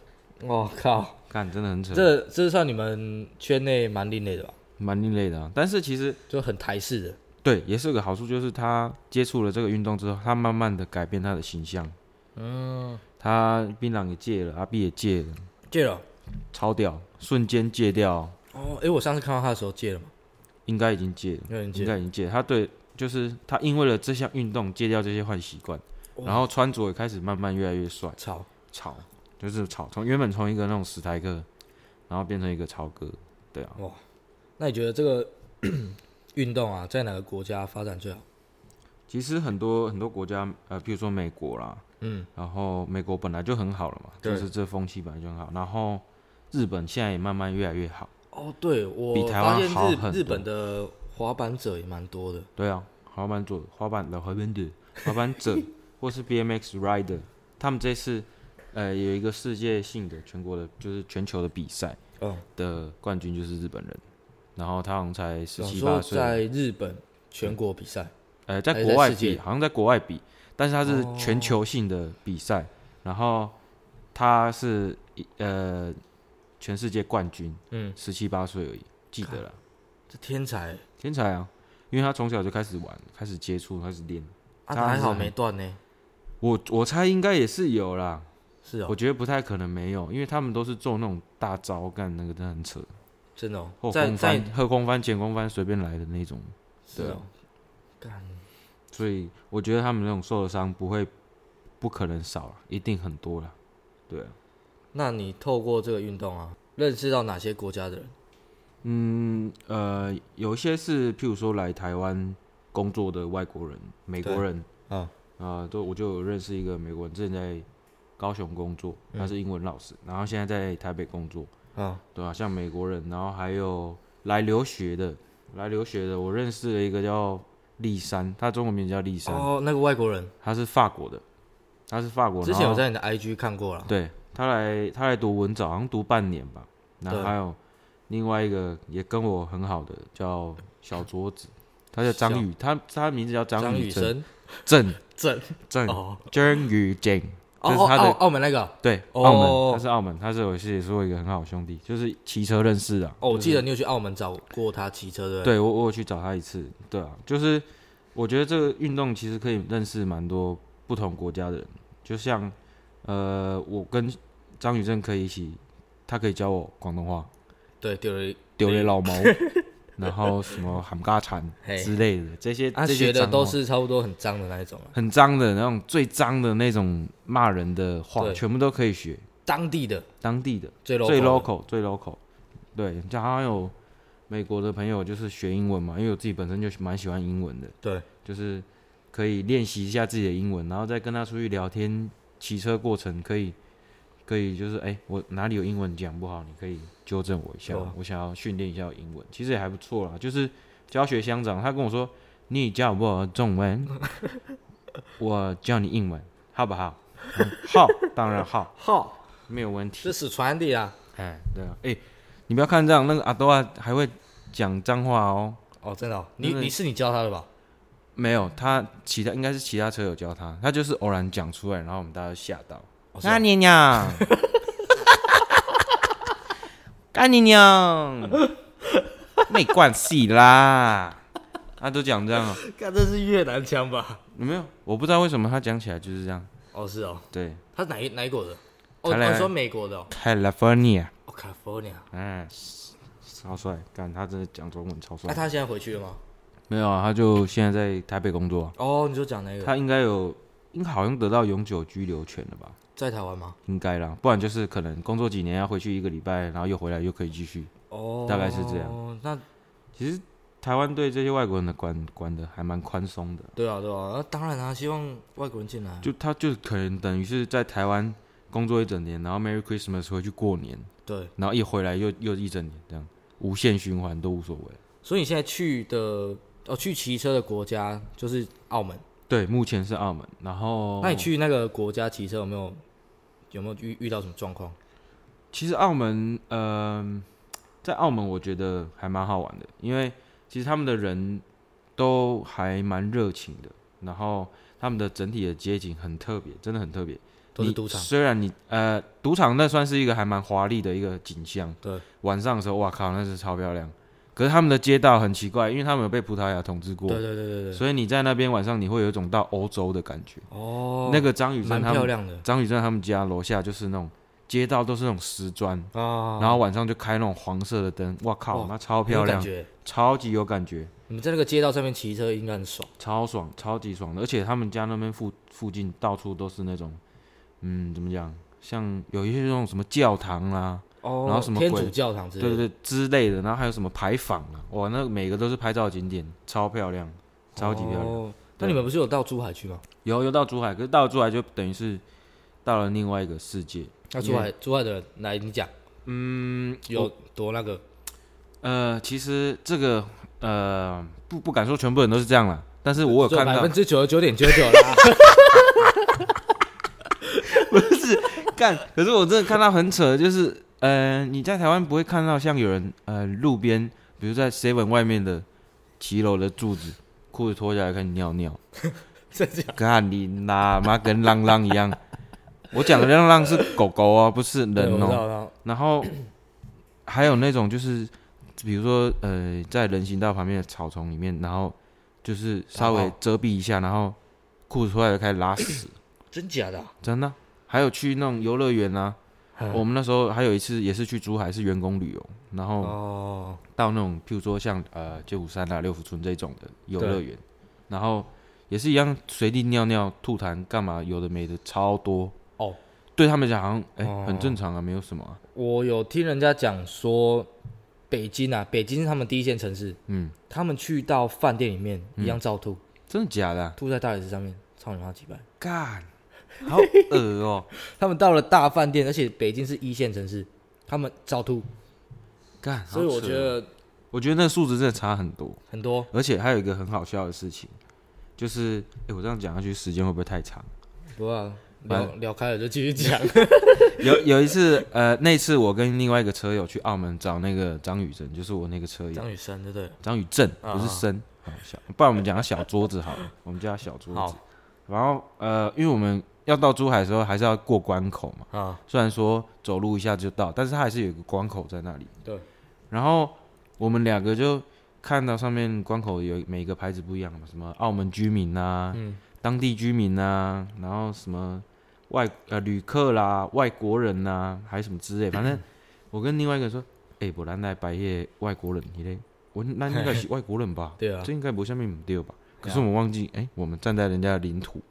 Speaker 1: 我、哦靠，
Speaker 2: 看真的很扯，
Speaker 1: 这这算你们圈内蛮另类的吧？
Speaker 2: 蛮另类的、啊。但是其实
Speaker 1: 就很台式的。
Speaker 2: 对，也是有个好处，就是他接触了这个运动之后，他慢慢的改变他的形象。嗯，他槟榔也戒了，阿 B 也戒了，
Speaker 1: 戒了
Speaker 2: 超屌，瞬间戒掉，
Speaker 1: 哦，哎、我上次看到他的时候戒了嘛，
Speaker 2: 应该已经戒了。
Speaker 1: 有人戒
Speaker 2: 应。该已经戒。他对，就是他因为了这项运动戒掉这些坏习惯，然后穿着也开始慢慢越来越帅，
Speaker 1: 操，
Speaker 2: 潮就是潮，从原本从一个那种史台克，然后变成一个潮哥，对啊，
Speaker 1: 那你觉得这个 运动啊，在哪个国家发展最好？
Speaker 2: 其实很多很多国家，呃，譬如说美国啦，嗯，然后美国本来就很好了嘛，
Speaker 1: 对
Speaker 2: 就是这风气本来就很好，然后日本现在也慢慢越来越好，
Speaker 1: 哦，对我
Speaker 2: 比台湾
Speaker 1: 发现
Speaker 2: 好很多
Speaker 1: 日日本的滑板者也蛮多的。
Speaker 2: 对啊，滑板者、滑板的滑板者、滑板者或是 BMX rider 他们这次呃有一个世界性的全国的，就是全球的比赛
Speaker 1: 哦，
Speaker 2: 的冠军就是日本人，然后他好像才十
Speaker 1: 老
Speaker 2: 七
Speaker 1: 说
Speaker 2: 八岁，
Speaker 1: 在日本全国比赛，
Speaker 2: 呃，
Speaker 1: 还
Speaker 2: 在
Speaker 1: 是
Speaker 2: 国
Speaker 1: 在
Speaker 2: 外
Speaker 1: 世界
Speaker 2: 比，好像在国外比，但是它是
Speaker 1: 哦
Speaker 2: 全球性的比赛，然后他是一呃全世界冠军，
Speaker 1: 嗯，
Speaker 2: 十七八岁而已，记得了，
Speaker 1: 这天才
Speaker 2: 天才啊！因为他从小就开始玩，开始接触，开始练。
Speaker 1: 啊，
Speaker 2: 他
Speaker 1: 还
Speaker 2: 是
Speaker 1: 好
Speaker 2: 很
Speaker 1: 没断呢，
Speaker 2: 我我猜应该也是有啦，
Speaker 1: 是
Speaker 2: 我
Speaker 1: 哦，
Speaker 2: 觉得不太可能没有，因为他们都是做那种大招干，那个真的很扯，
Speaker 1: 真的哦
Speaker 2: 后，
Speaker 1: 在
Speaker 2: 空
Speaker 1: 在
Speaker 2: 翻、后空翻、前空翻随便来的那种，
Speaker 1: 是哦，干
Speaker 2: 所以我觉得他们那种受的伤不会不可能少了，一定很多了。对啊，
Speaker 1: 那你透过这个运动啊，认识到哪些国家的人？
Speaker 2: 嗯呃，有一些是譬如说来台湾工作的外国人、美国
Speaker 1: 对
Speaker 2: 人，
Speaker 1: 啊，
Speaker 2: 啊、都我就有认识一个美国人，之前在高雄工作，他
Speaker 1: 嗯
Speaker 2: 是英文老师，然后现在在台北工作，
Speaker 1: 啊，
Speaker 2: 对啊，像美国人，然后还有来留学的，来留学的，我认识了一个叫丽珊，她中文名叫丽珊，
Speaker 1: 哦，那个外国人，
Speaker 2: 她是法国的，她是法国，
Speaker 1: 之前
Speaker 2: 然
Speaker 1: 我
Speaker 2: 后
Speaker 1: 在你的 IG 看过了，
Speaker 2: 对她来她来读文藻，好像读半年吧，然后
Speaker 1: 对
Speaker 2: 还有另外一个也跟我很好的叫小桌子，他叫张
Speaker 1: 小
Speaker 2: 宇，他他名字叫
Speaker 1: 张
Speaker 2: 宇
Speaker 1: 雨
Speaker 2: 正
Speaker 1: 生，
Speaker 2: 郑
Speaker 1: 正
Speaker 2: 郑
Speaker 1: 哦
Speaker 2: 郑宇正。
Speaker 1: 哦
Speaker 2: 这是
Speaker 1: 哦，
Speaker 2: 他的
Speaker 1: 澳澳门那个啊
Speaker 2: 对，
Speaker 1: 哦
Speaker 2: 澳门，他是澳门，他是我是也是我一个很好的兄弟，就是骑车认识的啊。
Speaker 1: 哦，我记得你有去澳门找过他骑车的，，
Speaker 2: 对我，我有去找他一次，对啊，就是我觉得这个运动其实可以认识蛮多不同国家的人，就像呃，我跟张宇正可以一起，他可以教我广东话，
Speaker 1: 对，丢了一
Speaker 2: 丢雷 老毛，然后什么喊嘎铲
Speaker 1: 嘿
Speaker 2: 之类的，这些
Speaker 1: 他
Speaker 2: 这些
Speaker 1: 学的
Speaker 2: 脏
Speaker 1: 都
Speaker 2: 话
Speaker 1: 是差不多很脏的那一种啊，
Speaker 2: 很脏的那种最脏的那种骂人的话，
Speaker 1: 对
Speaker 2: 全部都可以学，
Speaker 1: 当地的
Speaker 2: 当地的。
Speaker 1: 最 low
Speaker 2: 最
Speaker 1: low
Speaker 2: local 最 local，对，就好像有美国的朋友就是学英文嘛，因为我自己本身就蛮喜欢英文的，
Speaker 1: 对，
Speaker 2: 就是可以练习一下自己的英文，然后再跟他出去聊天，骑车过程可以可以就是哎、我哪里有英文讲不好，你可以纠正我一下，
Speaker 1: 哦
Speaker 2: 我想要训练一下我英文，其实也还不错啦，就是教学乡长他跟我说，你教我中 文，我教你英文，好不好？嗯好，当然好，
Speaker 1: 好，
Speaker 2: 没有问题。
Speaker 1: 是四川的啊，
Speaker 2: 哎，对啊，哎、你不要看这样，那个阿多啊还会讲脏话哦。
Speaker 1: 哦，真的哦，你
Speaker 2: 那个
Speaker 1: 你是你教他的吧？
Speaker 2: 没有，他其他应该是其他车友教他，他就是偶然讲出来，然后我们大家就吓到。
Speaker 1: 哦是哦
Speaker 2: 干你娘！干你娘！没关系啦，他都讲这样、哦，
Speaker 1: 看这是越南腔吧？
Speaker 2: 有没有？我不知道为什么他讲起来就是这样。
Speaker 1: 哦，是哦，
Speaker 2: 对
Speaker 1: 他是哪一哪一国的？哦，
Speaker 2: 台湾
Speaker 1: 你说美国的哦，
Speaker 2: ，California，
Speaker 1: 哦，California，
Speaker 2: 哎，超帅！干，他真的讲中文超帅
Speaker 1: 那。他现在回去了吗？
Speaker 2: 没有啊，他就现在在台北工作、啊。
Speaker 1: 哦，你就讲那个
Speaker 2: 他应该有，应该好像得到永久居留权了吧？
Speaker 1: 在台湾吗？
Speaker 2: 应该啦，不然就是可能工作几年要回去一个礼拜，然后又回来又可以继续。
Speaker 1: 哦，
Speaker 2: 大概是这样。
Speaker 1: 那
Speaker 2: 其实台湾对这些外国人的管管的还蛮宽松的，
Speaker 1: 对啊，对啊，那当然啊，希望外国人进来啊。
Speaker 2: 就他就可能等于是在台湾工作一整年，然后 Merry Christmas 回去过年，
Speaker 1: 对，
Speaker 2: 然后一回来又又一整年这样，无限循环都无所谓。
Speaker 1: 所以你现在去的哦，去骑车的国家就是澳门。
Speaker 2: 对，目前是澳门，然后
Speaker 1: 那你去那个国家骑车有没有有没有遇遇到什么状况？
Speaker 2: 其实澳门，嗯、在澳门我觉得还蛮好玩的，因为其实他们的人都还蛮热情的，然后他们的整体的街景很特别，真的很特别。
Speaker 1: 都是
Speaker 2: 你
Speaker 1: 赌场
Speaker 2: 虽然你呃，赌场那算是一个还蛮华丽的一个景象。
Speaker 1: 对，
Speaker 2: 晚上的时候，哇靠，那是超漂亮。可是他们的街道很奇怪，因为他们有被葡萄牙统治过，
Speaker 1: 对对对对对，
Speaker 2: 所以你在那边晚上你会有一种到欧洲的感觉。
Speaker 1: 哦，
Speaker 2: 那个张雨生
Speaker 1: 蛮
Speaker 2: 他
Speaker 1: 漂
Speaker 2: 们，
Speaker 1: 亮的
Speaker 2: 张雨生他们家楼下就是那种街道都是那种石砖，
Speaker 1: 啊，
Speaker 2: 哦然后晚上就开那种黄色的灯，哇靠
Speaker 1: 哇，
Speaker 2: 那超
Speaker 1: 很有
Speaker 2: 漂亮
Speaker 1: 感，觉
Speaker 2: 超级有感觉，
Speaker 1: 你们在那个街道上面骑车应该很爽。
Speaker 2: 超爽，超级爽的。而且他们家那边附附近到处都是那种，嗯，怎么讲，像有一些那种什么教堂啦、
Speaker 1: 哦
Speaker 2: 然后什么
Speaker 1: 天
Speaker 2: 鬼
Speaker 1: 主教堂之类
Speaker 2: 对
Speaker 1: 的，
Speaker 2: 对对之类的，然后还有什么牌坊啊，哇，那每个都是拍照景点，超漂亮，超级漂亮。
Speaker 1: 哦那你们不是有到珠海去吗？
Speaker 2: 有有到珠海，可是到了珠海就等于是到了另外一个世界。
Speaker 1: 那珠海珠海的人来你讲，嗯，有多那个
Speaker 2: 呃，其实这个呃不不敢说全部人都是这样啦，但是我有
Speaker 1: 只有
Speaker 2: 看
Speaker 1: 百
Speaker 2: 到
Speaker 1: 分之九十九点九九啦。
Speaker 2: 不是干。可是我真的看到很扯，就是呃，你在台湾不会看到像有人呃路边，比如在 seven 外面的骑楼的柱子，裤子脱下来开始尿尿，
Speaker 1: 真假？
Speaker 2: 看你啦妈跟浪浪一样。我讲的浪浪是狗狗啊，不是
Speaker 1: 对我
Speaker 2: 人
Speaker 1: 知
Speaker 2: 哦、
Speaker 1: 道，我知道
Speaker 2: 然后还有那种就是，比如说呃，在人行道旁边的草丛里面，然后就是稍
Speaker 1: 打
Speaker 2: 微
Speaker 1: 炮
Speaker 2: 遮蔽一下，然后裤子出来就开始拉屎，
Speaker 1: 真假的啊？
Speaker 2: 真的啊。还有去那种游乐园啊，
Speaker 1: 嗯
Speaker 2: 我们那时候还有一次也是去珠海，是员工旅游，然后
Speaker 1: 哦，
Speaker 2: 到那种譬如说像呃九湖山啊、六福村这种的游乐园，然后也是一样随地尿尿、吐痰干嘛，有的没的超多。
Speaker 1: 哦，
Speaker 2: 对他们讲好像哎、
Speaker 1: 哦
Speaker 2: 很正常啊，没有什么、啊。
Speaker 1: 我有听人家讲说，北京啊，北京是他们第一线城市，
Speaker 2: 嗯，
Speaker 1: 他们去到饭店里面一样照吐，
Speaker 2: 真的假的啊、
Speaker 1: 吐在大理石上面，操你妈几百！
Speaker 2: 干，好恶哦、
Speaker 1: 他们到了大饭店，而且北京是一线城市，他们照吐，
Speaker 2: 干，
Speaker 1: 所以
Speaker 2: 好
Speaker 1: 我
Speaker 2: 扯
Speaker 1: 觉
Speaker 2: 哦，
Speaker 1: 得
Speaker 2: 我觉得那数值真的差很多。
Speaker 1: 很多
Speaker 2: 而且还有一个很好笑的事情，就是，哎、我这样讲下去时间会不会太长？
Speaker 1: 不要聊聊开了就继续 讲，
Speaker 2: 有有一次，呃，那次我跟另外一个车友去澳门找那个张雨生，就是我那个车友
Speaker 1: 雨生对不对？
Speaker 2: 张雨正，
Speaker 1: 啊
Speaker 2: 不是生，好哦小，不然我们讲他小桌子好了，我们叫他小桌子。
Speaker 1: 好
Speaker 2: 然后呃，因为我们要到珠海的时候还是要过关口嘛，
Speaker 1: 啊，
Speaker 2: 虽然说走路一下就到，但是它还是有一个关口在那里。
Speaker 1: 对。
Speaker 2: 然后我们两个就看到上面关口有每个牌子不一样嘛，什么澳门居民啊，
Speaker 1: 嗯？
Speaker 2: 当地居民啊，然后什么外呃旅客啦、外国人呐、还有什么之类，反正我跟另外一个人说，哎、不然来白夜外国人，你嘞，我那应该是外国人吧
Speaker 1: 对啊
Speaker 2: 这应该不下面不对吧？可是我们忘记，哎、我们站在人家的领土，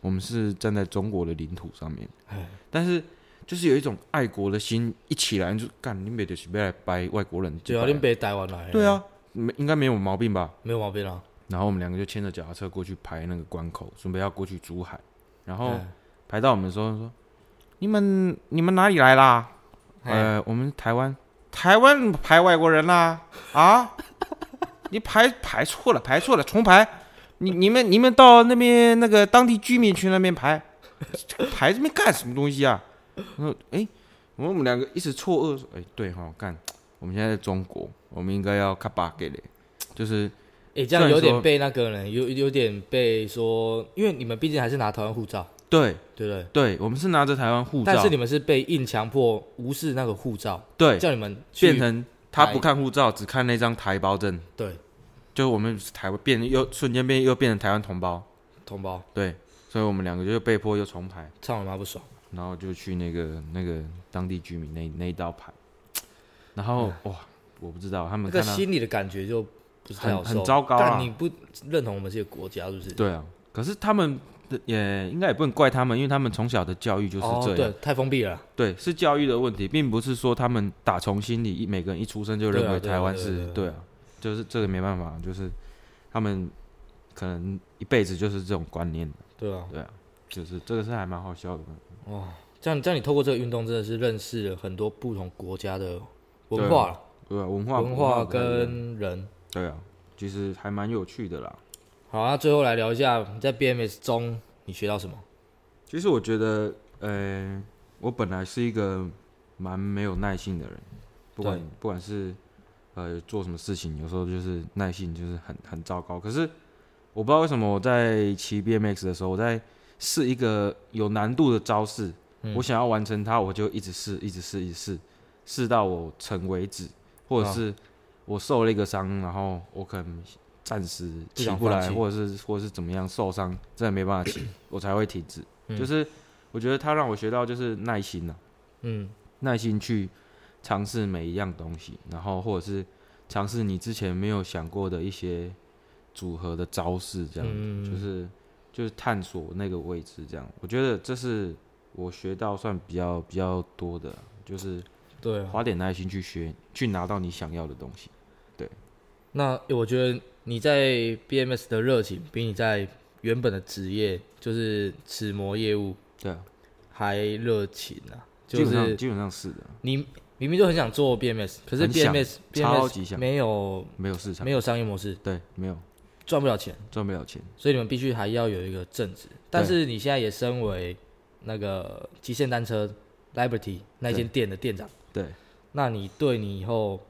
Speaker 2: 我们是站在中国的领土上面，但是就是有一种爱国的心一起来，就干你北就是要来掰外国人，
Speaker 1: 主要恁被啊台湾来，
Speaker 2: 啊对，啊，没应该没有毛病吧？
Speaker 1: 没有毛病啊。
Speaker 2: 然后我们两个就牵着脚踏车过去排那个关口，准备要过去珠海。然后
Speaker 1: 嗯
Speaker 2: 排到我们的时候说：“你们你们哪里来啦？”
Speaker 1: 嘿
Speaker 2: 呃，我们台湾，台湾排外国人啦啊！你排排错了，排错了，重排。你你们你们到那边那个当地居民区那边排， 这个排这边干什么东西啊？然后哎，我们两个一直错愕说：“哎，对哈、干，我们现在在中国，我们应该要卡巴给嘞，就是
Speaker 1: 哎、这样有点被那个呢，有有点被说，因为你们毕竟还是拿台湾护照，
Speaker 2: 对。”
Speaker 1: 对不对？
Speaker 2: 对，我们是拿着台湾护照，
Speaker 1: 但是你们是被硬强迫无视那个护照，
Speaker 2: 对
Speaker 1: 叫你们去
Speaker 2: 变成他不看护照，只看那张台胞证，
Speaker 1: 对
Speaker 2: 就是我们台湾变又瞬间变又变成台湾同胞，
Speaker 1: 同胞，
Speaker 2: 对，所以我们两个就被迫又重排，
Speaker 1: 操你妈不爽。
Speaker 2: 然后就去那个那个当地居民那那一道牌，然后哇，我不知道他
Speaker 1: 那
Speaker 2: 们
Speaker 1: 个
Speaker 2: 看到
Speaker 1: 心里的感觉就不是太好
Speaker 2: 很
Speaker 1: 受，
Speaker 2: 很糟糕啊
Speaker 1: 但你不认同我们这个国家，是不是？
Speaker 2: 对啊，可是他们的也应该也不能怪他们，因为他们从小的教育就是
Speaker 1: 哦，
Speaker 2: 这样
Speaker 1: 对，，太封闭了啦。
Speaker 2: 对，是教育的问题，并不是说他们打从心里一每个人一出生就
Speaker 1: 对
Speaker 2: 认
Speaker 1: 啊
Speaker 2: 为
Speaker 1: 对啊
Speaker 2: 台湾
Speaker 1: 对啊
Speaker 2: 是
Speaker 1: 对啊
Speaker 2: 对啊，就是这个没办法，就是他们可能一辈子就是这种观念，
Speaker 1: 对啊，
Speaker 2: 对啊，就是这个是还蛮好笑的。
Speaker 1: 这样这样，你透过这个运动真的是认识了很多不同国家的文化啦、
Speaker 2: 对啊，文化
Speaker 1: 文化
Speaker 2: 不太一样
Speaker 1: 跟人。
Speaker 2: 对啊，其实还蛮有趣的啦。
Speaker 1: 好，那最后来聊一下你在 BMS 中你学到什么？
Speaker 2: 其实我觉得，呃，我本来是一个蛮没有耐性的人，不管
Speaker 1: 对
Speaker 2: 不管是呃做什么事情，有时候就是耐性就是很很糟糕。可是我不知道为什么我在骑 BMX 的时候，我在试一个有难度的招式，
Speaker 1: 嗯
Speaker 2: 我想要完成它，我就一直试，一直试，一直试，试到我成为止，或者
Speaker 1: 啊
Speaker 2: 是我受了一个伤，然后我可能暂时
Speaker 1: 不
Speaker 2: 起
Speaker 1: 想
Speaker 2: 不
Speaker 1: 放
Speaker 2: 来，
Speaker 1: 弃
Speaker 2: 或者是或者是怎么样受伤，真的没办法骑，我才会停止。
Speaker 1: 嗯
Speaker 2: 就是我觉得他让我学到就是耐心呐、啊
Speaker 1: 嗯，
Speaker 2: 耐心去尝试每一样东西，然后或者是尝试你之前没有想过的一些组合的招式，这样、
Speaker 1: 嗯
Speaker 2: 就是就是探索那个位置，这样我觉得这是我学到算比较比较多的，就是
Speaker 1: 对啊。
Speaker 2: 花点耐心去学，去拿到你想要的东西。
Speaker 1: 那我觉得你在 BMS 的热情比你在原本的职业，就是齿模业务
Speaker 2: 对啊，
Speaker 1: 还热情啊，
Speaker 2: 基
Speaker 1: 就
Speaker 2: 本
Speaker 1: 是
Speaker 2: 上基本上是的，
Speaker 1: 你明明就很想做 BMS，可是
Speaker 2: 很想
Speaker 1: BMS
Speaker 2: 超级
Speaker 1: BMS
Speaker 2: 想
Speaker 1: 没有
Speaker 2: 没有市场
Speaker 1: 没，有商业模式，
Speaker 2: 对，没有
Speaker 1: 赚不了钱，
Speaker 2: 赚不了钱。
Speaker 1: 所以你们必须还要有一个正职。但是你现在也身为那个极限单车 Liberty 那间店的店长，
Speaker 2: 对，
Speaker 1: 那你对你以后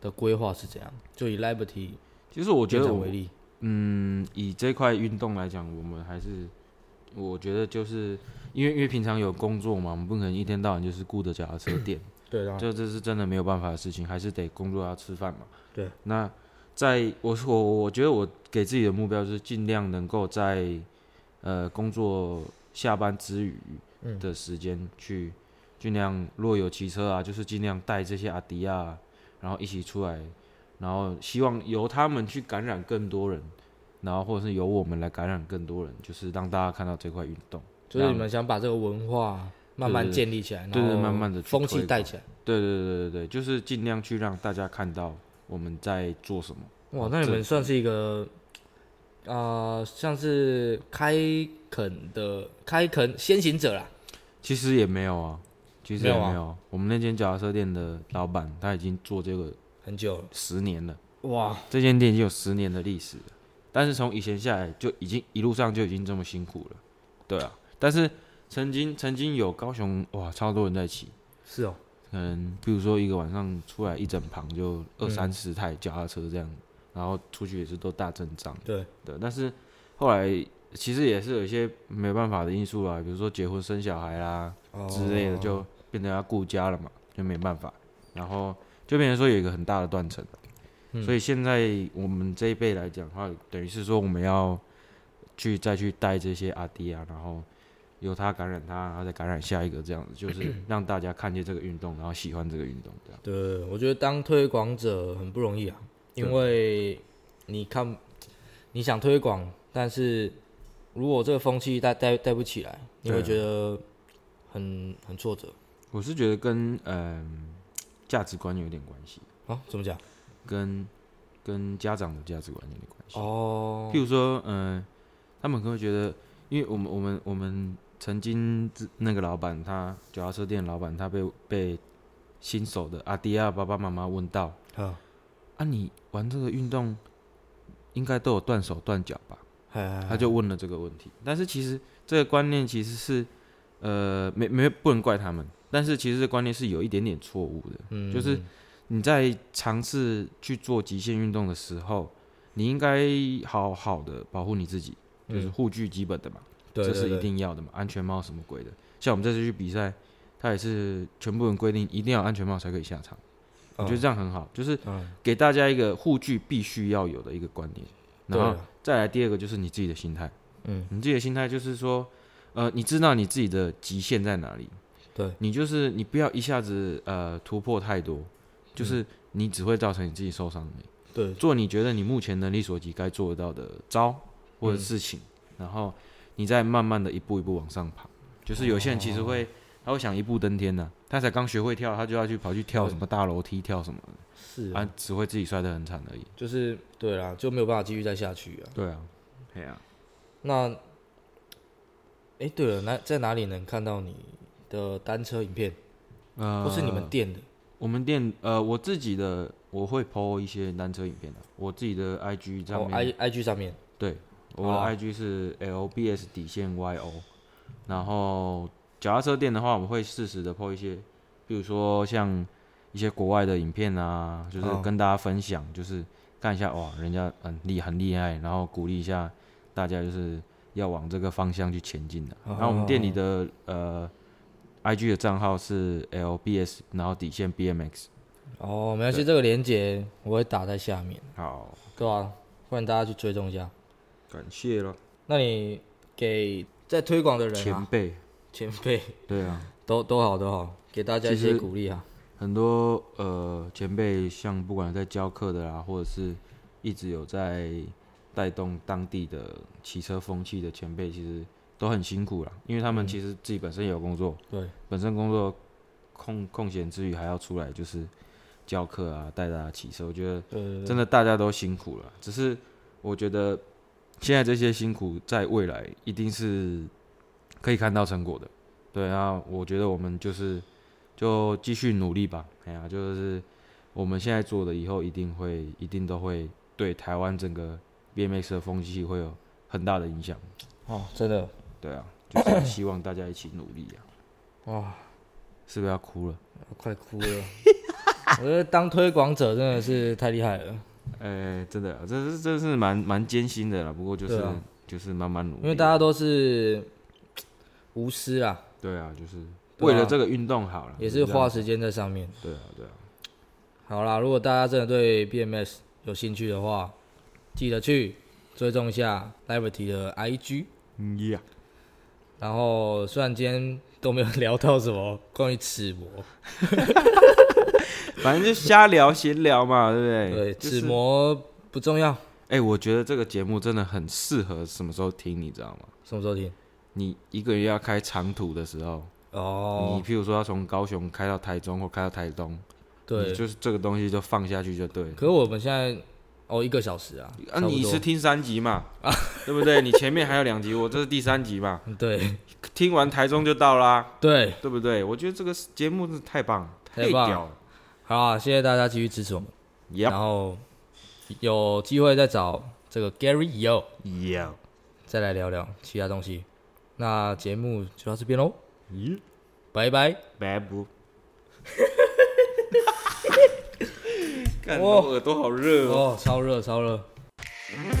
Speaker 1: 的规划是怎样？就以 Liberty
Speaker 2: 其实我觉
Speaker 1: 店
Speaker 2: 得
Speaker 1: 长
Speaker 2: 我
Speaker 1: 为，例，
Speaker 2: 嗯，以这块运动来讲，我们还是，我觉得就是因为因为平常有工作嘛，我们不可能一天到晚就是顾着脚踏车店，
Speaker 1: 对啊，
Speaker 2: 这这是真的没有办法的事情，还是得工作要吃饭嘛。
Speaker 1: 对，
Speaker 2: 那在我是我我觉得我给自己的目标就是尽量能够在呃工作下班之余
Speaker 1: 嗯
Speaker 2: 的时间去尽量若有骑车啊，就是尽量带这些阿迪亚、啊然后一起出来，然后希望由他们去感染更多人，然后或者是由我们来感染更多人，就是让大家看到这块运动。
Speaker 1: 就是你们想把这个文化慢慢
Speaker 2: 对对
Speaker 1: 建立起来，
Speaker 2: 对对
Speaker 1: 然后
Speaker 2: 慢慢地去
Speaker 1: 风气
Speaker 2: 推
Speaker 1: 带起来。
Speaker 2: 对对对对对，就是尽量去让大家看到我们在做什么。
Speaker 1: 哇，那你们算是一个，呃，像是开垦的开垦先行者啦。
Speaker 2: 其实也没有啊，其实也
Speaker 1: 没
Speaker 2: 没
Speaker 1: 有
Speaker 2: 有。
Speaker 1: 啊
Speaker 2: 我们那间脚踏车店的老板他已经做这个
Speaker 1: 很久了，
Speaker 2: 十年了，
Speaker 1: 哇，
Speaker 2: 这间店已经有十年的历史了。但是从以前下来就已经一路上就已经这么辛苦了，对啊。但是曾经曾经有高雄哇超多人在骑，
Speaker 1: 是哦，
Speaker 2: 可能比如说一个晚上出来一整旁就二三十台脚踏车这样，然后出去也是都大阵仗。
Speaker 1: 对，
Speaker 2: 对，但是后来其实也是有一些没办法的因素啊啦，比如说结婚生小孩啦
Speaker 1: 哦
Speaker 2: 之类的，就变得要顾家了嘛，就没办法，然后就变成说有一个很大的断层，所以现在我们这一辈来讲的话，等于是说我们要去再去带这些阿弟啊，然后。由他感染他，然后再感染下一个，这样子就是让大家看见这个运动，然后喜欢这个运动，这样。
Speaker 1: 对，我觉得当推广者很不容易啊，因为你看，你想推广，但是如果这个风气带带带不起来，你会
Speaker 2: 对啊
Speaker 1: 觉得很很挫折
Speaker 2: 我是觉得跟嗯、价值观有点关系，
Speaker 1: 啊？怎么讲？
Speaker 2: 跟跟家长的价值观有点关系。
Speaker 1: 哦
Speaker 2: 譬，如说，嗯、他们可能会觉得，因为我们我们我们曾经之那个老板，他脚踏车店老板，他被被新手的阿迪亚爸爸妈妈问到，
Speaker 1: 好，
Speaker 2: 啊，你玩这个运动应该都有断手断脚吧？他
Speaker 1: 他
Speaker 2: 就问了这个问题。但是其实这个观念其实是，呃，没没不能怪他们，但是其实这个观念是有一点点错误的，就是你在尝试去做极限运动的时候，你应该好好的保护你自己，就是
Speaker 1: 嗯
Speaker 2: 护具基本的嘛，这是一定要的嘛，安全帽什么鬼的。像我们这次去比赛，他也是全部人规定一定要有安全帽才可以下场，我觉得这样很好，就是
Speaker 1: 嗯
Speaker 2: 给大家一个护具必须要有的一个观念。然
Speaker 1: 啊
Speaker 2: 后再来第二个就是你自己的心态，
Speaker 1: 嗯，
Speaker 2: 你自己的心态就是说，呃，你知道你自己的极限在哪里，
Speaker 1: 对，
Speaker 2: 你就是你不要一下子呃突破太多，就是你只会造成你自己受伤而已。
Speaker 1: 对
Speaker 2: 做你觉得你目前能力所及该做得到的招
Speaker 1: 嗯
Speaker 2: 或者事情，然后你再慢慢的一步一步往上爬。就是有些人其实
Speaker 1: 哦
Speaker 2: 会，他会想一步登天呐、他才刚学会跳，他就要去跑去跳什么大楼梯，跳什么的，
Speaker 1: 是
Speaker 2: 啊，只会自己摔得很惨而已。
Speaker 1: 就是对啦，就没有办法继续再下去啊。
Speaker 2: 对啊，对啊。
Speaker 1: 那，哎、对了，那在哪里能看到你的单车影片，
Speaker 2: 呃，
Speaker 1: 或是你们店的？
Speaker 2: 我们店呃，我自己的我会 PO 一些单车影片的，我自己的 IG 上
Speaker 1: 哦
Speaker 2: 面、
Speaker 1: ，i i g 上面，
Speaker 2: 对，我的
Speaker 1: 哦
Speaker 2: IG 是 LBS 底线 YO，然后脚踏车店的话，我们会适时的 PO 一些，比如说像一些国外的影片啊，就是
Speaker 1: 哦
Speaker 2: 跟大家分享，就是看一下哇，人家很厉很厉害，然后鼓励一下大家，就是要往这个方向去前进的、
Speaker 1: 哦
Speaker 2: 然后我们店里的呃 IG 的账号是 LBS，然后底线 BMX。
Speaker 1: 哦，没关系，这个链接我会打在下面，
Speaker 2: 好，
Speaker 1: 对啊？欢迎大家去追踪一下。
Speaker 2: 感谢了
Speaker 1: 那你给在推广的人
Speaker 2: 前
Speaker 1: 啊，
Speaker 2: 辈，
Speaker 1: 前辈
Speaker 2: 对啊。
Speaker 1: 都都好都好，给大家一
Speaker 2: 其
Speaker 1: 些
Speaker 2: 实
Speaker 1: 鼓励啊。
Speaker 2: 很多呃前辈，像不管在教课的啦，或者是一直有在带动当地的骑车风气的前辈，其实都很辛苦啦，因为他们其实自己本身也有工作，
Speaker 1: 对，
Speaker 2: 本身工作空空闲之余还要出来就是教课啊，带大家骑车，我觉得
Speaker 1: 呃，
Speaker 2: 真的大家都辛苦了。只是我觉得现在这些辛苦，在未来一定是可以看到成果的。对，那我觉得我们就是就继续努力吧。哎呀，就是我们现在做的，以后一定会一定都会对台湾整个 BMX 的风气会有很大的影响。
Speaker 1: 哦，真的，
Speaker 2: 对啊，就是希望大家一起努力啊！
Speaker 1: 哇，
Speaker 2: 是不是要哭了？
Speaker 1: 我快哭了。我觉得当推广者真的是太厉害了，
Speaker 2: 哎、真的啊，这是这是蛮蛮艰辛的啦，不过就是、
Speaker 1: 对啊
Speaker 2: 就是慢慢努力，
Speaker 1: 因为大家都是无私啊，
Speaker 2: 对啊，就是
Speaker 1: 对啊
Speaker 2: 为了这个运动好了，
Speaker 1: 也
Speaker 2: 就是这
Speaker 1: 花
Speaker 2: 样
Speaker 1: 时间在上面。
Speaker 2: 对啊对啊，
Speaker 1: 好啦，如果大家真的对 BMS 有兴趣的话，记得去追踪一下 Liberty 的 IG。
Speaker 2: 嗯呀，
Speaker 1: 然后虽然今天都没有聊到什么关于齿模，
Speaker 2: 反正就瞎聊闲聊嘛，对不对？
Speaker 1: 对，
Speaker 2: 哎就
Speaker 1: 齿
Speaker 2: 是
Speaker 1: 模不重要，
Speaker 2: 哎、我觉得这个节目真的很适合什么时候听，你知道吗？
Speaker 1: 什么时候听？
Speaker 2: 你一个月要开长途的时候，
Speaker 1: 哦
Speaker 2: 你，譬如说要从高雄开到台中或开到台东，
Speaker 1: 对
Speaker 2: 你，就是这个东西就放下去就对了。
Speaker 1: 可是我们现在哦一个小时啊，
Speaker 2: 啊，
Speaker 1: 差不
Speaker 2: 你
Speaker 1: 多啊
Speaker 2: 是听三集嘛， 对不对？你前面还有两集，我这是第三集嘛，
Speaker 1: 对
Speaker 2: 听完台中就到啦，
Speaker 1: 对，
Speaker 2: 对不对？我觉得这个节目真的太棒了，
Speaker 1: 太棒
Speaker 2: 屌了，
Speaker 1: 好啊，谢谢大家继续支持我们，然
Speaker 2: Yup，
Speaker 1: 后有机会再找这个 Gary Yo
Speaker 2: yup
Speaker 1: 再来聊聊其他东西。那节目就到这边喽，
Speaker 2: 咦，
Speaker 1: 拜拜。
Speaker 2: 白不？看
Speaker 1: 哦
Speaker 2: 我耳朵好热哦。
Speaker 1: 哦，超热超热。
Speaker 3: Thank